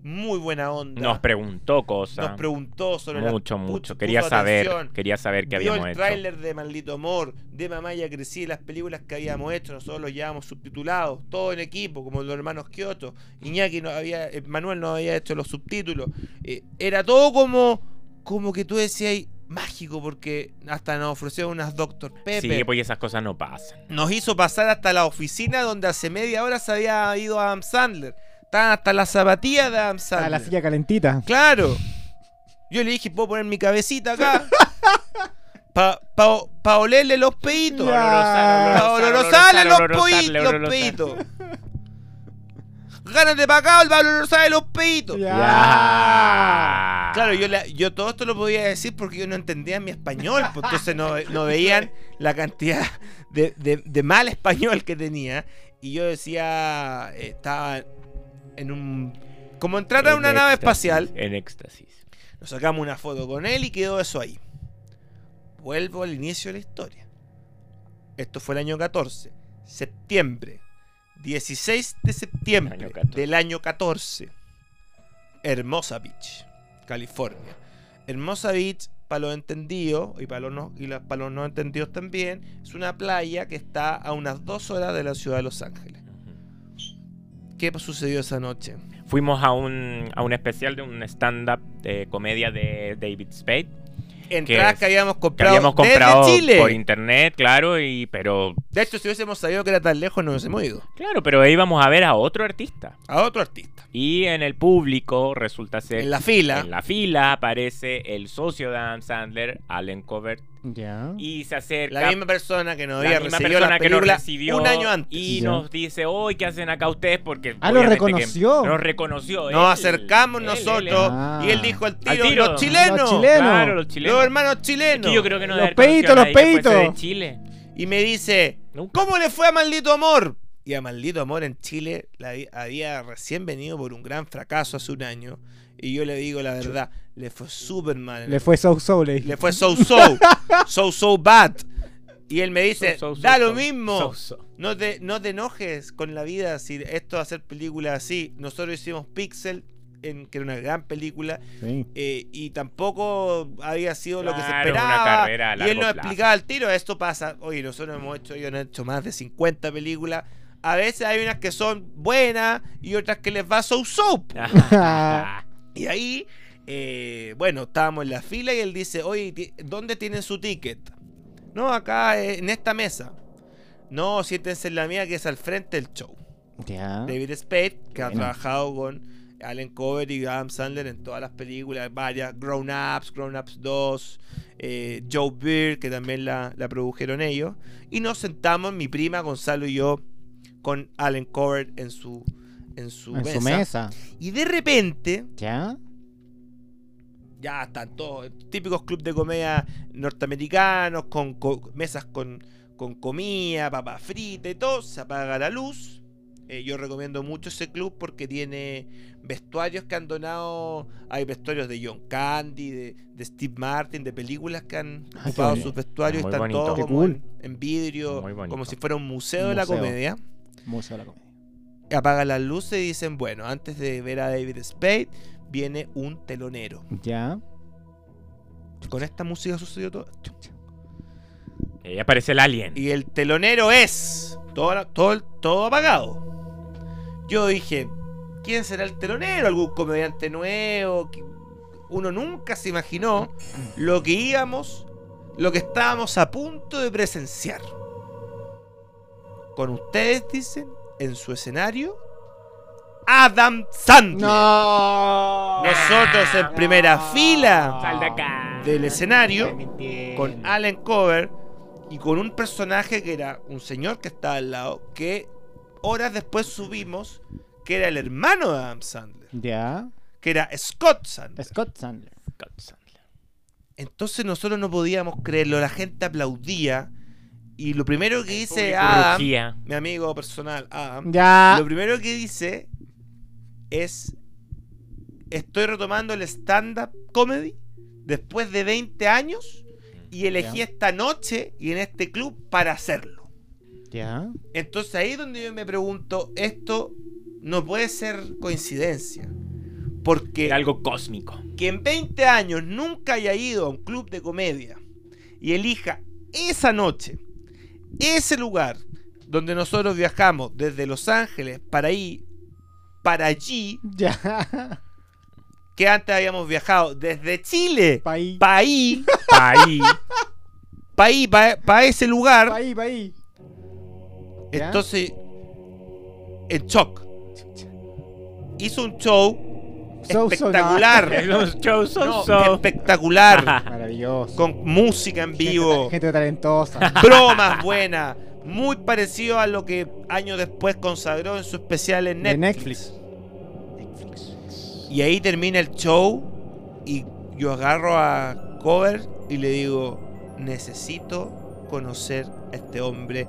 S2: muy buena onda.
S3: Nos preguntó cosas.
S2: Nos preguntó sobre la-
S3: mucho,
S2: pu-
S3: mucho.
S2: puso
S3: Quería saber,
S2: atención.
S3: quería saber qué
S2: Vio
S3: habíamos
S2: el
S3: hecho.
S2: tráiler de Maldito Amor, de Mamá ya crecí, las películas que habíamos hecho, nosotros los llevábamos subtitulados, todo en equipo, como los hermanos Kioto. Iñaki no había, eh, Manuel no había hecho los subtítulos. Eh, era todo como, como que tú decías mágico, porque hasta nos ofrecieron unas Doctor Pepe.
S3: Sí, pues esas cosas no pasan.
S2: Nos hizo pasar hasta la oficina donde hace media hora se había ido Adam Sandler. Estaban hasta las zapatillas de Adam Sandler.
S4: A la silla calentita.
S2: Claro. Yo le dije, puedo poner mi cabecita acá. Para pa, pa olerle los peitos.
S4: Ya.
S2: Para olorosarle los, poi- los peitos. Ganas de pagar el olorosarle los peitos.
S3: Ya.
S2: Claro, yo, la- yo todo esto lo podía decir porque yo no entendía mi español. Pues, entonces no, no veían la cantidad de, de- de mal español que tenía. Y yo decía, eh, estaba en un... Como entrar a
S3: En
S2: una nave
S3: éxtasis,
S2: espacial.
S3: En éxtasis.
S2: Nos sacamos una foto con él y quedó eso ahí. Vuelvo al inicio de la historia. Esto fue el año 14, septiembre. 16 de septiembre
S3: Año 14.
S2: del año 14. Hermosa Beach, California. Hermosa Beach, para los entendidos y para los, no, y la- para los no entendidos también, es una playa que está a unas dos horas de la ciudad de Los Ángeles. ¿Qué sucedió esa noche?
S3: Fuimos a un, a un especial de un stand-up de comedia de David Spade.
S2: Entradas
S3: es-
S2: que habíamos
S3: Que
S2: comprado,
S3: habíamos comprado
S2: desde Chile.
S3: por internet, claro, y pero
S2: De hecho, si hubiésemos sabido que era tan lejos, no hubiésemos ido.
S3: claro, pero ahí íbamos a ver a otro artista.
S2: A otro artista.
S3: Y en el público resulta ser
S2: En la fila.
S3: en la fila aparece el socio de Adam Sandler, Allen Covert,
S4: Ya.
S3: y se acerca
S2: La misma persona que nos
S3: la
S2: había
S3: misma
S2: recibido la
S3: persona que nos
S2: película
S3: recibió
S2: un año antes.
S3: y
S4: Ya.
S3: nos dice, hoy ¿qué hacen acá ustedes?" porque
S4: Ah, lo
S3: obviamente que
S4: reconoció.
S3: Nos reconoció. él,
S2: Nos acercamos
S3: él, él,
S2: nosotros
S3: él.
S4: él.
S2: y él dijo al tiro,
S3: Al tiro.
S2: los chilenos,
S4: Los
S2: los,
S4: chilenos.
S3: Claro, los chilenos.
S2: hermanos
S3: Es
S2: chilenos.
S3: que yo creo que no
S4: Los
S3: debe haber conocido
S4: peitos,
S3: a
S4: los
S3: nadie que fuese
S4: peitos.
S3: de Chile.
S2: Y me dice,
S3: Nunca.
S2: ¿cómo le fue a Maldito Amor? Y a Maldito Amor en Chile la había- había recién venido por un gran fracaso hace un año. Y yo le digo la verdad, le fue súper mal. en
S4: Le
S2: el
S4: fue so so, le dije.
S2: Le fue so so, so so bad. Y él me dice,
S3: So, so, so,
S2: da lo
S3: so,
S2: mismo,
S3: so, so.
S2: No, te, no te enojes con la vida si esto va a ser película así. Nosotros hicimos Pixel, en, que era una gran película,
S4: Sí.
S2: eh, y tampoco había sido lo que se
S3: Claro, una
S2: esperaba.
S3: carrera a
S2: y él
S3: largo
S2: nos
S3: plazo.
S2: explicaba al tiro, esto pasa. Oye, nosotros hemos hecho, ellos han hecho más de 50 películas. A veces hay unas que son buenas y otras que les va so so.
S3: Ah,
S2: Y ahí, eh, bueno, estábamos en la fila y él dice, oye, ti- ¿dónde tienen su ticket? No, acá eh, en esta mesa. No, siéntense en la mía que es al frente del show.
S4: Ya.
S2: David Spade, que ha
S4: Bueno.
S2: trabajado con Allen Cover y Adam Sandler en todas las películas, varias, Grown Ups, Grown Ups 2, eh, Joe Beard, que también la, la produjeron ellos. Y nos sentamos, mi prima Gonzalo y yo, con Allen Cover en su, en su,
S4: en
S2: mesa.
S4: su mesa.
S2: Y de repente...
S4: Ya.
S2: ya están todos típicos clubes de comedia norteamericanos con co- mesas con, con comida, papas fritas y todo, se apaga la luz. Eh, yo recomiendo mucho ese club porque tiene vestuarios que han donado. Hay vestuarios de John Candy, de, de Steve Martin, de películas que han
S4: Ah, qué
S2: ocupado
S4: bonito.
S2: sus vestuarios. y
S3: Muy
S2: Están
S3: bonito.
S2: todos
S4: Qué
S2: como
S4: cool.
S2: en, en vidrio,
S3: Muy bonito.
S2: como si fuera un museo, de la
S4: Museo.
S2: comedia
S4: Museo de la comedia.
S2: apagan las luces y dicen, bueno, antes de ver a David Spade, viene un telonero.
S4: Ya.
S2: Con esta música sucedió todo.
S3: Ahí aparece el alien.
S2: Y el telonero es todo, la- todo, el- todo apagado. Yo dije, ¿quién será el telonero? ¿Algún comediante nuevo? Que- Uno nunca se imaginó lo que íbamos, lo que estábamos a punto de presenciar. Con ustedes, dicen, en su escenario, Adam Sandler.
S4: No.
S2: Nosotros en primera fila
S3: Sal de acá.
S2: del escenario con Allen Cover y con un personaje que era un señor que estaba al lado, que horas después subimos que era el hermano de Adam Sandler,
S4: Ya.
S2: que era Scott Sandler.
S4: Scott Sandler.
S3: Scott Sandler.
S2: Entonces nosotros no podíamos creerlo, la gente aplaudía y lo primero que dice
S3: Público
S2: Adam,
S3: rugía.
S2: mi amigo personal Adam,
S4: Ya.
S2: lo primero que dice es estoy retomando el stand-up comedy después de 20 años y elegí
S4: Ya.
S2: esta noche y en este club para hacerlo.
S4: Ya.
S2: Entonces ahí es donde yo me pregunto, esto no puede ser coincidencia. Porque
S3: Era algo cósmico.
S2: que en 20 años nunca haya ido a un club de comedia y elija esa noche, ese lugar donde nosotros viajamos desde Los Ángeles para ahí, para allí,
S4: Ya.
S2: que antes habíamos viajado desde Chile,
S4: Paí.
S2: para ahí,
S3: Ahí.
S2: para ahí, para ese lugar,
S4: Paí, paí. ¿Ya?
S2: entonces, en shock. Hizo un show
S4: So, so,
S2: espectacular,
S3: es un show so,
S2: no,
S3: so.
S2: espectacular,
S4: Maravilloso.
S2: con música en vivo.
S4: Gente, gente talentosa.
S2: bromas buenas, muy parecido a lo que años después consagró en su especial en
S4: De
S2: Netflix.
S4: Netflix. Netflix.
S2: Y ahí termina el show y yo agarro a Cover y le digo, necesito conocer a este hombre,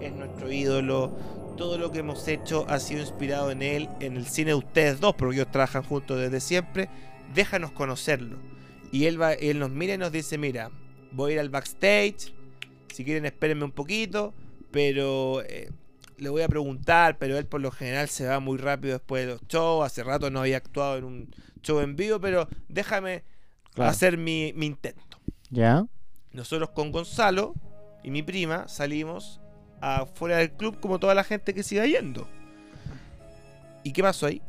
S2: es nuestro ídolo, todo lo que hemos hecho ha sido inspirado en él, en el cine de ustedes dos, porque ellos trabajan juntos desde siempre, déjanos conocerlo. Y él, va, él nos mira y nos dice, mira, voy a ir al backstage, si quieren espérenme un poquito, pero eh, le voy a preguntar, pero él por lo general se va muy rápido después de los shows, hace rato no había actuado en un show en vivo, pero déjame
S4: Claro.
S2: hacer mi, mi intento.
S4: ¿Ya?
S2: Nosotros con Gonzalo y mi prima salimos afuera del club como toda la gente que siga yendo. ¿Y qué pasó ahí?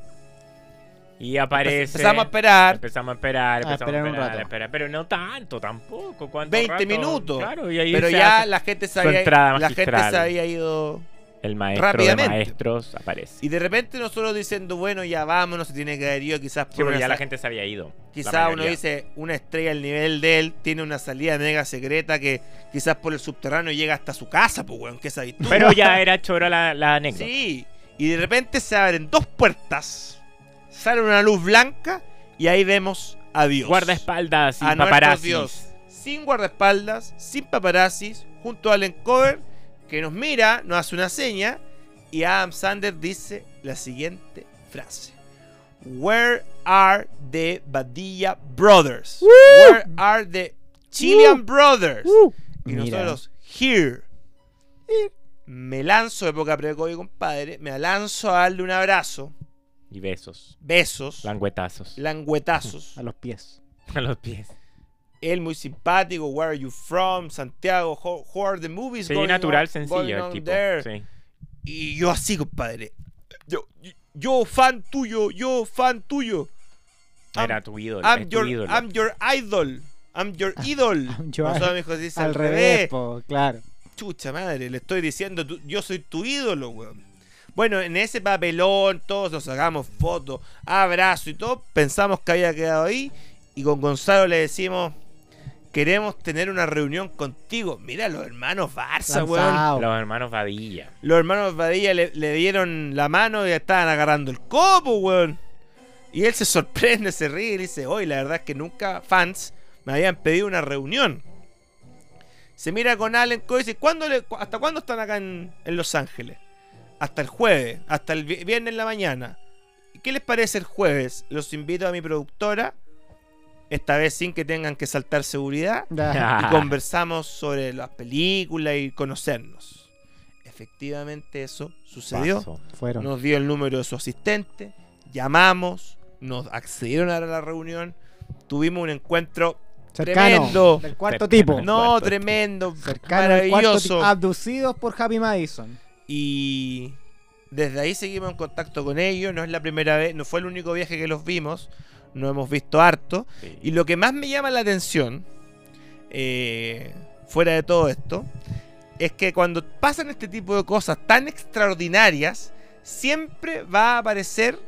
S3: Y aparece.
S2: Empezamos a esperar Ah,
S3: Empezamos a esperar,
S4: A
S3: empezamos a
S4: esperar un
S3: esperar,
S4: rato.
S3: a esperar, pero no tanto tampoco. ¿cuánto
S2: 20
S3: rato?
S2: minutos.
S3: Claro, y ahí
S2: Pero
S3: se
S2: ya
S3: hace-
S2: la gente se
S3: su
S2: había,
S3: entrada
S2: la gente
S3: magistral.
S2: se había ido.
S3: el maestro de
S2: rápidamente.
S3: maestros aparece.
S2: Y de repente nosotros diciendo, bueno, ya vámonos, se tiene que haber ido quizás por
S3: Sí, porque
S2: una
S3: ya la
S2: sa-
S3: gente se había ido.
S2: Quizás uno
S3: dice
S2: dice, una estrella al nivel de él tiene una salida mega secreta que quizás por el subterráneo llega hasta su casa, pues weón, ¿qué sabes tú?
S3: Pero ya era chora la, la anécdota.
S2: Sí, y de repente se abren dos puertas, sale una luz blanca y ahí vemos a Dios.
S3: Guardaespaldas y
S2: a nuestro
S3: paparazzis.
S2: Dios. Sin guardaespaldas, sin paparazzis, junto a Allen Cover, que nos mira, nos hace una seña y Adam Sanders dice la siguiente frase. Where are the Badilla Brothers? Where are the Chilean Brothers? Y
S4: Uh. Mira.
S2: nosotros, here. Me lanzo, época pre-COVID, compadre. Me lanzo a darle un abrazo,
S3: Y besos.
S2: besos,
S3: Languetazos.
S2: languetazos.
S4: A los pies.
S3: A los pies.
S2: Él muy simpático, where are you from, Santiago, how, how are the movies
S3: Sí,
S2: going
S3: natural,
S2: on- going
S3: sencillo el
S2: on
S3: tipo.
S2: there?
S3: Sí.
S2: Y yo así, compadre. Yo, yo fan tuyo, yo fan tuyo. I'm-
S3: Era tu ídolo.
S2: I'm
S3: es tu
S2: your,
S3: ídolo.
S2: I'm your idol. I'm your idol.
S4: Ah, I'm your-
S2: Nosotros, mi hijo, se dice
S4: Al revés, po, claro.
S2: Chucha madre, le estoy diciendo, tú- yo soy tu ídolo, weón. Bueno, en ese papelón todos nos sacamos fotos, abrazo y todo, pensamos que había quedado ahí y con Gonzalo le decimos, queremos tener una reunión contigo. Mira, los hermanos Barça, weón.
S4: Lanzao.
S3: Los hermanos Badilla.
S2: Los hermanos Badilla le, le dieron la mano y estaban agarrando el copo, weón. Y él se sorprende, se ríe y le dice, hoy la verdad es que nunca fans me habían pedido una reunión. Se mira con Allen Coy y dice, "¿Cuándo le- cu- ¿hasta cuándo están acá en, en Los Ángeles? Hasta el jueves, hasta el vi- viernes en la mañana. ¿Y ¿Qué les parece el jueves? Los invito a mi productora, esta vez sin que tengan que saltar seguridad
S4: Ya.
S2: y conversamos sobre las películas y conocernos. Efectivamente eso sucedió.
S3: Paso.
S4: Fueron.
S2: Nos dio el número de su asistente, llamamos, nos accedieron a la reunión, tuvimos un encuentro
S4: Cercano.
S2: tremendo.
S4: Del cuarto
S3: Cercano.
S4: tipo.
S2: no
S3: cuarto.
S2: tremendo,
S4: Cercano del cuarto ah, tipo.
S2: maravilloso.
S4: Abducidos por Happy Madison.
S2: Y desde ahí seguimos en contacto con ellos, no es la primera vez, no fue el único viaje que los vimos, no hemos visto harto.
S3: Sí.
S2: Y lo que más me llama la atención, eh, fuera de todo esto, es que cuando pasan este tipo de cosas tan extraordinarias, siempre va a aparecer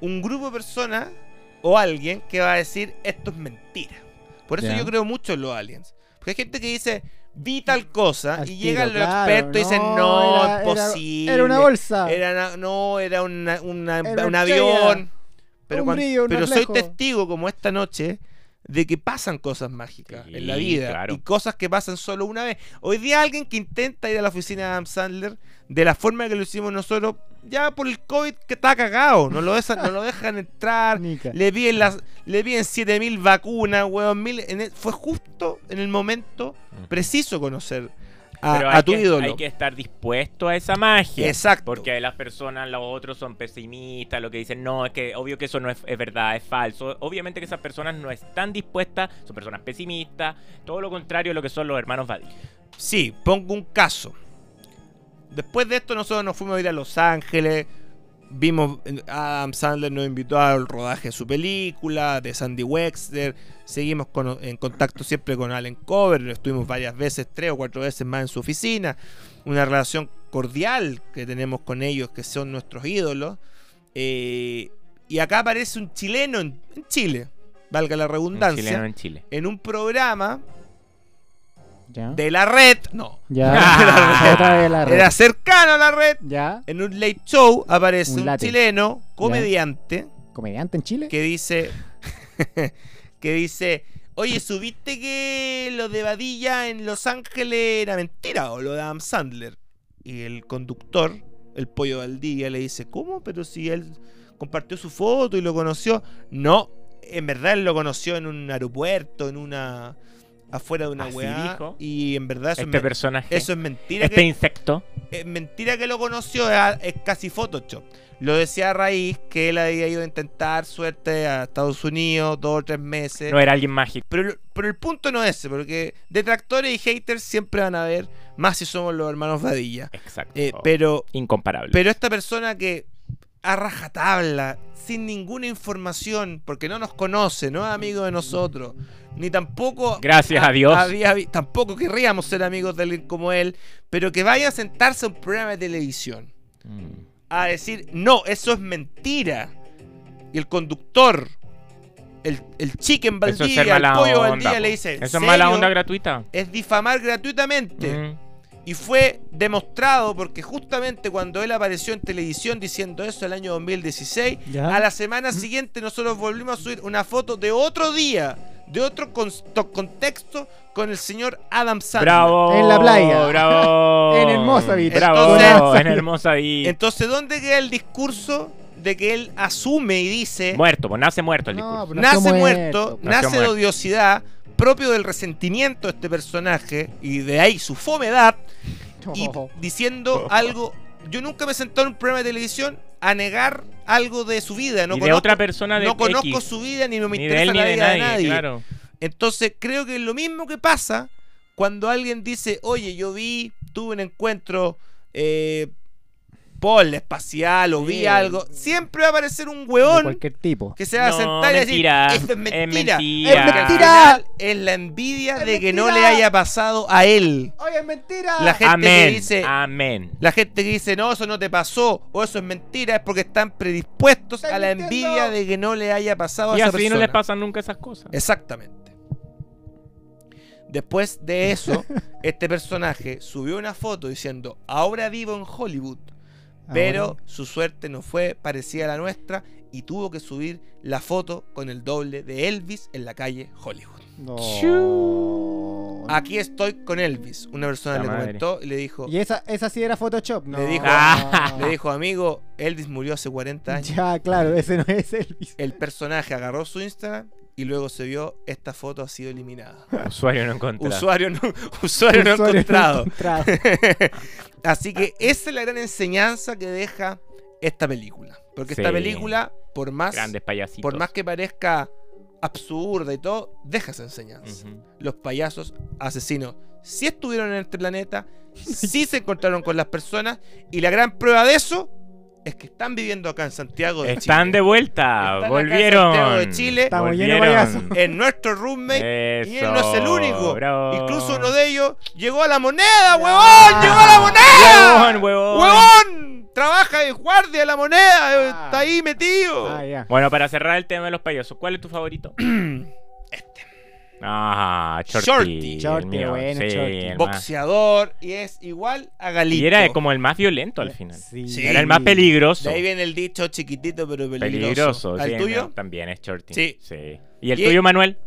S2: un grupo de personas o alguien que va a decir esto es mentira. Por eso
S4: Ya.
S2: yo creo mucho en los aliens. Porque hay gente que dice vi tal cosa
S4: Al
S2: Ah, y
S4: tiro,
S2: llegan los
S4: claro.
S2: expertos y dicen no,
S4: era-
S2: es
S4: era-
S2: posible.
S4: Era, una bolsa.
S2: Era na- no, era, una- una-
S4: Era
S2: un
S4: una
S2: avión.
S4: estrella.
S2: Pero,
S4: Un
S2: cuan-
S4: brillo, un
S2: pero soy
S4: reflejo.
S2: testigo como esta noche de que pasan cosas mágicas en la
S3: Sí,
S2: vida
S3: claro.
S2: y cosas que pasan solo una vez. Hoy día alguien que intenta ir a la oficina de Adam Sandler de la forma que lo hicimos nosotros, ya por el COVID que está cagado, no lo dejan, no lo dejan entrar,
S4: Nica.
S2: le piden las le piden 7000 e, vacunas, weón, mil, en el- fue justo en el momento preciso conocer a-
S3: Pero
S2: a
S3: hay
S2: tu
S3: que-
S2: ídolo.
S3: Hay que estar dispuesto a esa magia.
S2: Exacto.
S3: Porque las personas, los otros son pesimistas, lo que dicen, no, es que obvio que eso no es, es verdad, es falso. Obviamente que esas personas no están dispuestas, son personas pesimistas, todo lo contrario a lo que son los hermanos Badía.
S2: Sí, pongo un caso. Después de esto nosotros nos fuimos a ir a Los Ángeles. Vimos, eh, Adam Sandler nos invitó al rodaje de su película, de Sandy Wexler. Seguimos con- en contacto siempre con Allen Cover. Estuvimos varias veces, tres o cuatro veces más en su oficina. Una relación cordial que tenemos con ellos, que son nuestros ídolos. Eh, y acá aparece un chileno en, en Chile, valga la
S3: Un
S2: redundancia,
S3: chileno en Chile.
S2: en un programa
S4: Ya.
S2: de la red. No,
S4: Ya. Otra vez Ah, la red.
S2: Era cercano a la red.
S4: Ya.
S2: En un late show aparece
S4: Un
S2: un,
S4: late.
S2: chileno comediante
S4: Comediante en Chile.
S2: que dice que dice, "Oye, ¿subiste que lo de Badilla en Los Ángeles era mentira o lo de Adam Sandler?" Y el conductor, el pollo Valdivia le dice, "¿Cómo? Pero si él compartió su foto y lo conoció." No, en verdad él lo conoció en un aeropuerto, en una afuera de una
S3: Así
S2: weá,
S3: Ah, dijo.
S2: y en verdad eso, es,
S3: Este
S2: men-
S3: personaje,
S2: eso es mentira
S3: este
S2: que-
S3: insecto,
S2: es mentira que lo conoció, es, es casi Photoshop. Lo decía a raíz que él había ido a intentar suerte a Estados Unidos dos o tres meses.
S3: no era alguien mágico.
S2: pero, el- pero el punto no es ese, porque detractores y haters siempre van a haber, más si somos los hermanos Vadilla.
S3: Exacto.
S2: Eh, pero,
S3: Incomparable.
S2: pero esta persona que a rajatabla, sin ninguna información, porque no nos conoce, no es amigo de nosotros, ni tampoco
S3: Gracias a Dios.
S2: había vi- tampoco querríamos ser amigos de alguien como él, pero que vaya a sentarse a un programa de televisión
S3: Mm.
S2: a decir, no, eso es mentira. Y el conductor, el, el chicken
S3: Eso es
S2: Valdivia,
S3: ser
S2: el
S3: mala
S2: pollo
S3: onda.
S2: Valdivia
S3: po.
S2: le dice,
S3: Eso es mala
S2: "¿Serio?
S3: onda gratuita.
S2: Es difamar gratuitamente.
S3: Mm.
S2: Y fue demostrado porque justamente cuando él apareció en televisión diciendo eso el año 2016,
S4: Ya.
S2: a la semana siguiente nosotros volvimos a subir una foto de otro día, de otro consto- contexto con el señor Adam Sandler.
S3: Bravo.
S4: En la playa.
S3: Bravo.
S4: En Hermosaville.
S3: Bravo.
S2: Entonces-
S3: en Hermosaville.
S2: Entonces, ¿dónde queda el discurso de que él asume y dice,
S3: Muerto, pues nace muerto el
S4: No,
S3: discurso.
S4: pero
S2: nace
S4: nació
S2: muerto,
S4: po.
S2: nace de
S3: muerto.
S2: odiosidad, propio del resentimiento de este personaje y de ahí su fomedad, y
S4: Oh,
S2: diciendo algo. Yo nunca me he sentado en un programa de televisión a negar algo de su vida. No
S3: y de
S2: conozco,
S3: otra persona de
S2: no conozco
S3: X.
S2: su vida ni me
S3: ni
S2: interesa
S3: de él ni
S2: la
S3: de
S2: vida
S3: nadie,
S2: de nadie.
S3: claro.
S2: Entonces creo que es lo mismo que pasa cuando alguien dice, oye, yo vi, tuve un encuentro, eh, ponle espacial o vi
S4: Sí.
S2: algo. Siempre va a aparecer un
S4: de
S2: hueón
S4: cualquier tipo.
S2: que se va a
S3: No,
S2: sentar y decir,
S3: mentira,
S2: esto es
S3: es
S2: mentira.
S3: mentira.
S2: Porque al
S4: Mentira.
S2: final Es la envidia
S4: Es
S2: de que no le
S4: mentira.
S2: haya pasado a él.
S4: Oye, es mentira.
S2: La gente que
S3: Amén.
S2: dice...
S3: Amén.
S2: La gente que dice, no, eso no te pasó, o eso es mentira, es porque están predispuestos
S4: Están
S2: a la
S4: mintiendo.
S2: envidia de que no le haya pasado a
S3: y
S2: esa
S3: así
S2: persona.
S3: no les pasan nunca esas cosas.
S2: Exactamente. Después de eso, este personaje subió una foto diciendo, ahora vivo en Hollywood,
S3: Ah,
S4: Ah,
S2: pero
S4: Ahora,
S2: su suerte no fue parecida a la nuestra y tuvo que subir la foto con el doble de Elvis en la calle Hollywood.
S4: no. Ah.
S2: Aquí estoy con Elvis. Una persona
S3: La
S2: le
S3: madre.
S2: comentó y le dijo,
S4: Y esa, esa sí era Photoshop, ¿no?
S2: Le dijo-
S4: Ah.
S2: le dijo, amigo, Elvis murió hace 40 años.
S4: Ya, claro, ese no es Elvis.
S2: El personaje agarró su Instagram y luego se vio, esta foto ha sido eliminada.
S3: Usuario no encontrado.
S2: Usuario no, usuario no
S4: Usuario
S2: encontrado.
S4: encontrado.
S2: Así que esa es la gran enseñanza que deja esta película. Porque esta
S3: Sí.
S2: película, por más,
S3: Grandes payasitos.
S2: por más que parezca absurda y todo, deja esa enseñanza.
S3: Ujú.
S2: Los payasos asesinos sí estuvieron en este planeta, sí se encontraron con las personas, y la gran prueba de eso es que están viviendo acá en Santiago de Chile.
S3: Están de vuelta.
S2: Están acá en
S3: volvieron.
S2: Santiago de Chile.
S4: Estamos llenos de
S3: Volvieron.
S2: En nuestro
S3: Eh,
S2: roommate Y él no es el
S3: Eso,
S2: único.
S3: bravo. Ah.
S2: Incluso uno de ellos llegó a la moneda, huevón. Llegó a la moneda.
S3: Huevón, huevón.
S2: Huevón. Trabaja de guardia de la moneda. eh,
S4: Ah.
S2: Está ahí metido.
S4: Ah, ya.
S3: Bueno, para cerrar el tema de los payasos, ¿cuál es tu favorito? este. Ah, Shorty.
S2: Shorty.
S3: el
S4: Shorty,
S3: mío,
S4: bueno,
S3: sí,
S4: Shorty.
S3: el más-
S2: Boxeador y es igual a Galito.
S3: Y era como el más violento al final.
S2: Sí.
S3: Era el más peligroso.
S2: De ahí viene el dicho chiquitito pero peligroso.
S3: Peligroso.
S2: ¿Al
S3: sí,
S2: tuyo?
S3: no, también es Shorty.
S2: Sí.
S3: ¿Y el
S2: Y-
S3: tuyo, Manuel?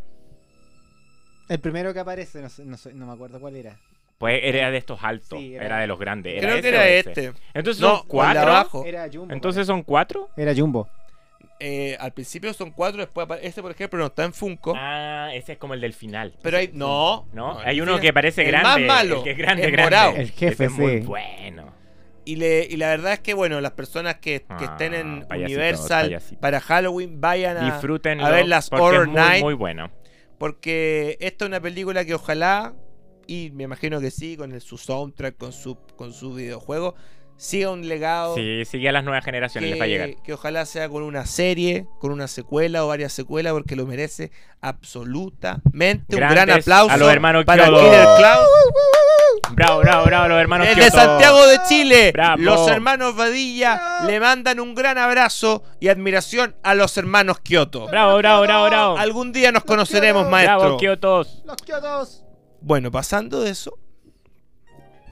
S4: El primero que aparece, no, sé- no sé- no me acuerdo cuál era.
S3: Pues era de estos altos.
S4: Sí, era- este.
S3: era... de los grandes.
S2: Creo que
S3: ese o
S2: era
S3: ese.
S2: este.
S3: Entonces
S2: No,
S3: son
S2: o el de
S3: cuatro.
S2: abajo.
S4: Era Jumbo.
S3: Entonces son cuatro.
S4: parece. Era Jumbo.
S2: eh, al principio son cuatro, después apare- este por ejemplo no está en Funko,
S3: Ah, ese es como el del final.
S2: pero hay no,
S3: ¿No?
S2: el
S3: Hay
S2: que
S3: uno
S2: tiene-
S3: que parece
S2: el
S3: grande.
S2: más malo,
S3: El que es grande,
S2: el
S3: grande.
S2: morado.
S4: El
S3: Ese
S4: jefe,
S3: es muy
S4: sí.
S3: bueno.
S2: y, le- y la verdad es que bueno, las personas que, que
S3: Ah,
S2: estén en
S3: payasitos,
S2: Universal
S3: payasitos.
S2: para Halloween vayan a
S3: Disfruten
S2: a ver las
S3: porque es
S2: Horror
S3: muy,
S2: Night.
S3: muy bueno.
S2: porque esta es una película que ojalá y me imagino que sí con el, su soundtrack, con su con su videojuego siga un legado
S3: Sí, sigue a las nuevas generaciones, les va a llegar.
S2: Oh. que, que ojalá sea con una serie, con una secuela o varias secuelas, porque lo merece absolutamente. un gran
S3: Grandes
S2: aplauso
S3: a los hermanos
S2: para
S3: Kyoto.
S2: Killer Klaus
S3: Bravo, bravo, bravo, los hermanos
S2: desde
S3: Kyoto.
S2: Santiago de Chile.
S3: Bravo.
S2: Los hermanos Vadilla le mandan un gran abrazo y admiración a los hermanos Kyoto.
S3: Bravo, bravo, bravo, bravo.
S2: Algún día nos conoceremos,
S4: Kyoto.
S2: maestro.
S3: Bravo, Kyotos.
S4: Los Kyotos.
S2: Bueno, pasando de eso,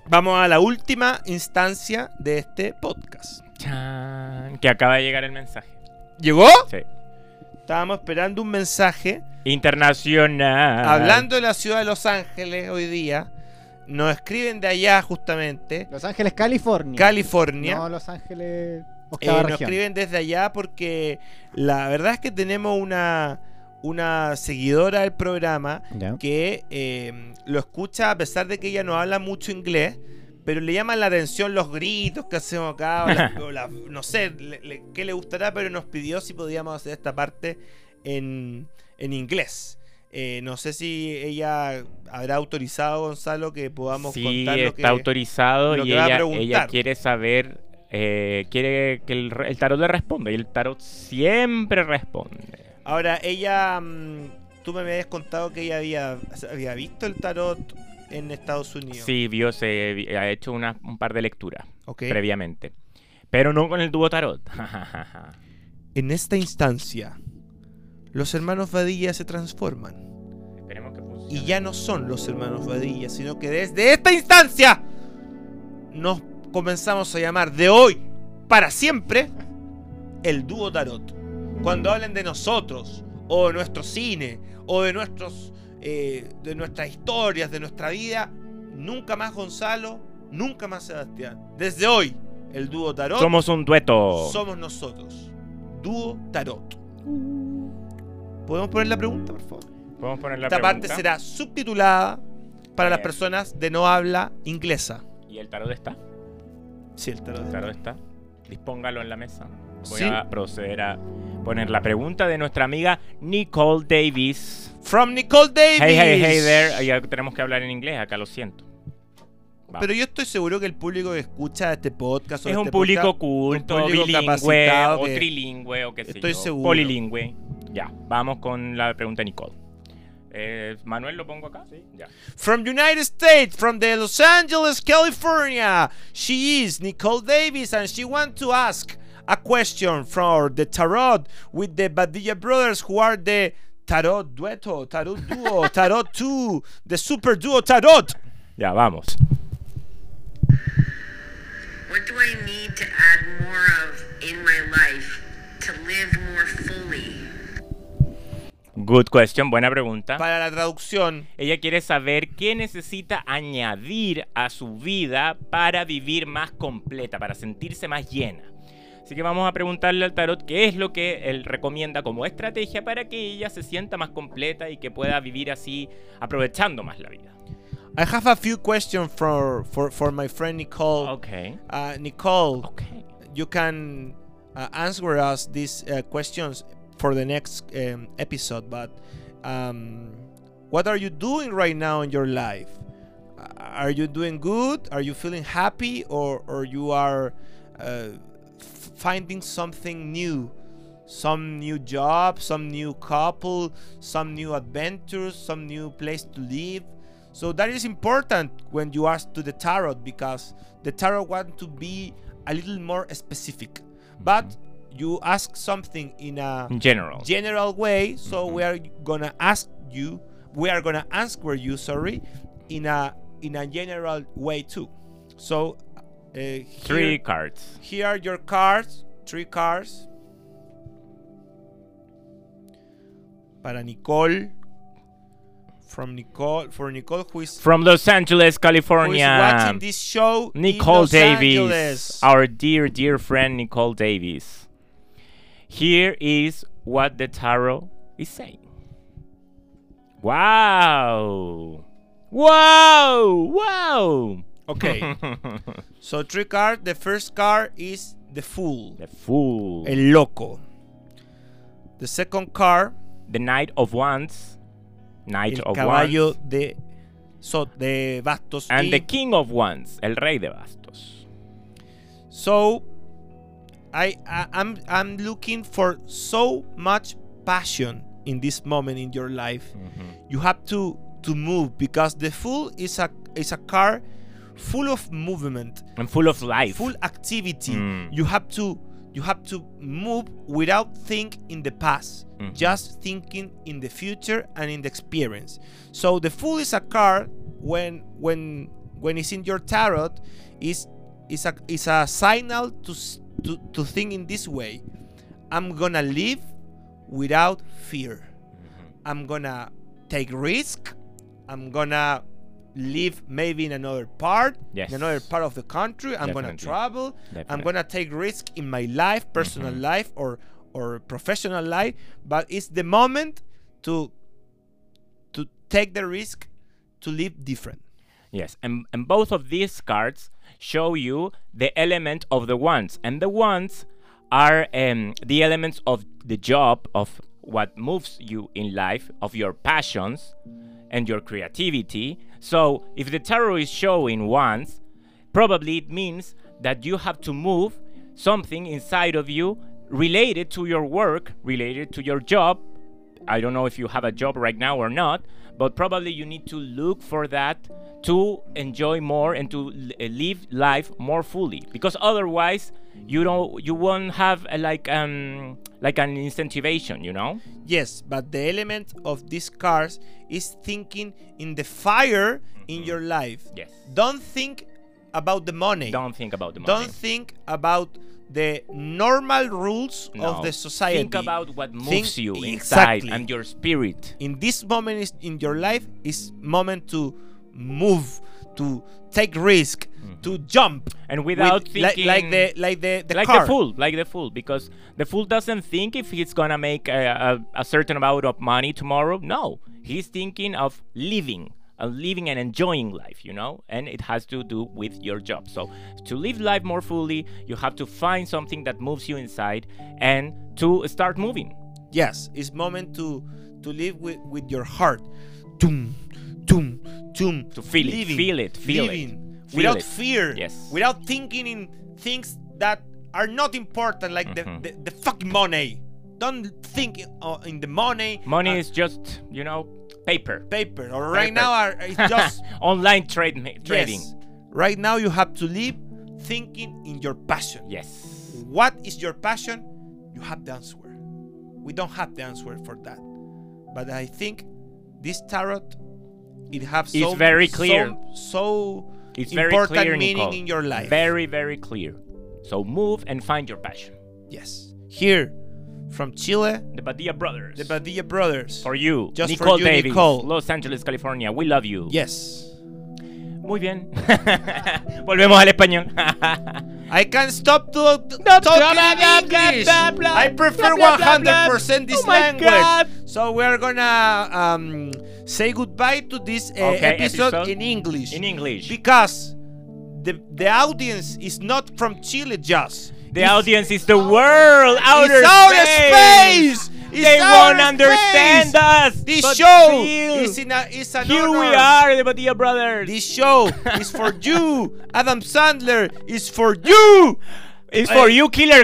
S2: vamos a la última instancia de este podcast.
S3: Chan, que acaba de llegar el mensaje.
S2: ¿Llegó?
S3: Sí.
S2: Estábamos esperando un mensaje
S3: Internacional.
S2: Hablando de la ciudad de Los Ángeles hoy día, nos escriben de allá justamente,
S4: Los Ángeles, California.
S2: California.
S4: No, Los
S2: Eh,
S4: Ángeles. Octava
S2: nos
S4: región.
S2: escriben desde allá porque la verdad es que tenemos una, una seguidora del programa
S4: Ya.
S2: que eh, lo escucha a pesar de que ella no habla mucho inglés, pero le llaman la atención los gritos que hacemos acá, o las- o las- no sé le- le- qué le gustará, pero nos pidió si podíamos hacer esta parte en, en inglés. Eh, no sé si ella habrá autorizado, Gonzalo, que podamos
S3: Sí,
S2: contar lo
S3: está
S2: que...
S3: autorizado
S2: lo
S3: y
S2: que va a
S3: ella,
S2: preguntar.
S3: ella quiere saber, eh, quiere que el, re- el tarot le responda y el tarot siempre responde.
S2: Ahora, ella, mm, tú me habías contado que ella había, había visto el tarot en Estados Unidos.
S3: Sí, vio, se vi- ha hecho una- un par de lecturas
S2: Ok.
S3: previamente, pero no con el dúo tarot.
S2: En esta instancia, los hermanos Vadilla se transforman.
S3: Esperemos que funcione.
S2: Y ya no son los hermanos Vadilla, sino que desde esta instancia nos comenzamos a llamar de hoy para siempre el dúo Tarot. Cuando hablen de nosotros, o de nuestro cine, o de, nuestros, eh, de nuestras historias, de nuestra vida, nunca más Gonzalo, nunca más Sebastián. Desde hoy, el dúo Tarot
S3: Somos un dueto.
S2: somos nosotros. Dúo Tarot. ¿Podemos poner la pregunta, por favor?
S3: Podemos poner la
S2: Esta parte
S3: pregunta? Eh.
S2: será subtitulada para las
S3: Bien.
S2: personas de no habla inglesa.
S3: ¿Y el tarot está?
S2: Sí, el tarot.
S3: El tarot está. Dispóngalo en la mesa. Voy
S2: Sí.
S3: a proceder a poner la pregunta de nuestra amiga Nicole Davis.
S2: From Nicole Davis.
S3: Hey, hey, hey there. Ya tenemos que hablar en inglés acá, lo siento. Va.
S2: Pero yo estoy seguro que el público que escucha este podcast o
S3: es un
S2: este
S3: público
S2: podcast,
S3: culto,
S2: un público
S3: bilingüe
S2: capacitado
S3: o
S2: que-
S3: trilingüe o qué sé
S2: Estoy
S3: yo,
S2: seguro.
S3: Polilingüe. Ya, vamos con la pregunta de Nicole. Eh, Manuel, ¿lo pongo acá? Sí. Ya.
S2: From United States, from the Los Angeles, California. She is Nicole Davis and she wants to ask a question from the Tarot with the Badilla brothers who are the Tarot Dueto, Tarot Duo, Tarot 2, the Super Duo Tarot.
S3: Ya, vamos.
S5: What do I need to add more of in my life to live more fully?
S3: Good question, buena pregunta.
S2: Para la traducción,
S3: Ella quiere saber qué necesita añadir a su vida para vivir más completa, para sentirse más llena. Así que vamos a preguntarle al tarot qué es lo que él recomienda como estrategia para que ella se sienta más completa y que pueda vivir así aprovechando más la vida.
S2: I have a few questions for, for, for my friend Nicole.
S3: Ok.
S2: Uh, Nicole,
S3: Ok.
S2: you can uh, answer us these uh, questions for the next um, episode. But um, what are you doing right now in your life? Uh, Are you doing good? Are you feeling happy, or or you are uh, f- finding something new, some new job, some new couple, some new adventures, some new place to live? So that is important when you ask to the tarot because the tarot want to be a little more specific. But you ask something in a
S3: Mm-hmm. In general. Mm-hmm.
S2: general way, so we are gonna ask you, we are gonna answer you, sorry, in a in a general way too. So uh, here,
S3: Three cards.
S2: here are your cards, three cards. Para Nicole, from Nicole, for Nicole who is
S3: From Los Angeles,
S2: who is watching
S3: California.
S2: this show in
S3: Nicole
S2: Los
S3: Davis,
S2: Angeles.
S3: our dear, dear friend Nicole Davis. Here is what the tarot is saying. Wow. Wow. Wow.
S2: Okay. so three card. The first card is the Fool,
S3: the fool.
S2: el loco. The second card,
S3: the Knight of Wands. Knight
S2: el
S3: of
S2: caballo
S3: Wands.
S2: de so, de bastos
S3: And
S2: y
S3: the King of Wands, el rey de bastos.
S2: so I, I I'm I'm looking for so much passion in this moment in your life. You have to to move because the Fool is a is a card full of movement.
S3: And full of life.
S2: full activity.
S3: Mm.
S2: You have to you have to move without think in the past,
S3: Mhm.
S2: just thinking in the future and in the experience. So the fool is a card when when when it's in your tarot is is a is a signal to s- to to think in this way. I'm gonna live without fear.
S3: Mm-hmm.
S2: I'm gonna take risk. I'm gonna live maybe in another part,
S3: Yes.
S2: in another part of the country. I'm gonna
S3: Definitely.
S2: travel. I'm
S3: Definitely. Mm-hmm.
S2: gonna take risk in my life, personal life, or or professional life. But it's the moment to to take the risk to live different.
S3: Yes, and, and both of these cards show you the element of the wands, and the wands are um, the elements of the job, of what moves you in life, of your passions and your creativity. So, if the tarot is showing wands, probably it means that you have to move something inside of you related to your work, related to your job, I don't know if you have a job right now or not, but probably you need to look for that to enjoy more and to l- uh, live life more fully because otherwise you don't you won't have a, like um like an incentivation you know
S2: Yes, but the element of these cards is thinking in the fire in your life.
S3: Mm-hmm. Yes.
S2: Don't think about the money.
S3: don't think about the money
S2: Don't think about the normal rules
S3: No.
S2: of the society.
S3: think about what moves
S2: Think-
S3: you inside
S2: exactly.
S3: and your spirit
S2: in this moment is, in your life is moment to move, to take risk, to jump,
S3: Mm-hmm. And without
S2: li- like
S3: thinking-
S2: the like the the
S3: like
S2: car.
S3: the fool, like the fool, because the fool doesn't think if he's gonna make a, a, a certain amount of money tomorrow. No, he's thinking of living, of living and enjoying life, you know. And it has to do with your job. So to live life more fully, you have to find something that moves you inside and to start moving.
S2: Yes, it's moment to to live with, with your heart. Tum, tum, tum.
S3: To feel it,
S2: Living,
S3: feel it, feel it,
S2: living,
S3: feel
S2: without
S3: it.
S2: fear.
S3: Yes.
S2: Without thinking in things that are not important, like
S3: Mm-hmm.
S2: the, the, the fucking money. Don't think in, uh, in the money.
S3: Money
S2: uh,
S3: is just, you know, paper,
S2: paper. Or right
S3: paper.
S2: now, are, it's just
S3: online trade trading.
S2: Yes. Right now, you have to live thinking in your passion.
S3: Yes.
S2: What is your passion? You have the answer. We don't have the answer for that. But I think this tarot, it has
S3: It's
S2: so,
S3: very clear.
S2: so, so
S3: It's very
S2: important
S3: clear,
S2: meaning
S3: Nicole.
S2: in your life.
S3: Very, very clear. So move and find your passion.
S2: yes. Here, from Chile,
S3: The Padilla Brothers.
S2: the Badilla Brothers.
S3: For you,
S2: Just for
S3: Nicole
S2: you,
S3: Davis,
S2: Nicole.
S3: Los Angeles, California. We love you.
S2: Yes.
S3: Muy bien. Volvemos al español.
S2: I can stop to, to
S3: Blah,
S2: talking
S3: blah, blah,
S2: in
S3: blah,
S2: English.
S3: blah, blah,
S2: I prefer
S3: blah, blah, blah, blah.
S2: 100% this
S3: Oh my
S2: language.
S3: God.
S2: So we're gonna um, say goodbye to this uh,
S3: Okay,
S2: episode,
S3: episode.
S2: in English.
S3: In English.
S2: Because the the audience is not from Chile just.
S3: the
S2: It's-
S3: audience is the world. Outer
S2: it's outer space. It's
S3: they won't
S2: outer
S3: understand
S2: space.
S3: us.
S2: This
S3: but
S2: show
S3: still,
S2: is in a is an
S3: Here we
S2: honor.
S3: are, the Padilla Brothers.
S2: This show is for you. Adam Sandler is for you.
S3: it's for you, Killer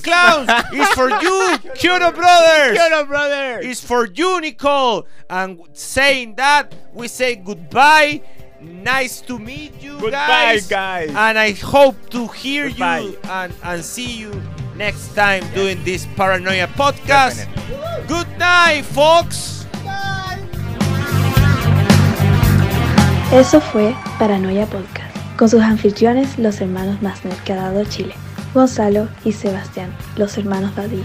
S2: Killer Clowns is for you. Kyoto Brothers.
S3: Killer Brothers.
S2: is for you, Nicole. And saying that, we say goodbye. Nice to meet you
S3: Goodbye,
S2: guys.
S3: guys.
S2: And I hope to hear you
S3: Goodbye.
S2: and, and see you next time doing this Paranoia podcast. Good night, folks.
S1: Eso fue Paranoia Podcast, con sus anfitriones los hermanos Masner que ha dado Chile, Gonzalo y Sebastián, los hermanos Badí.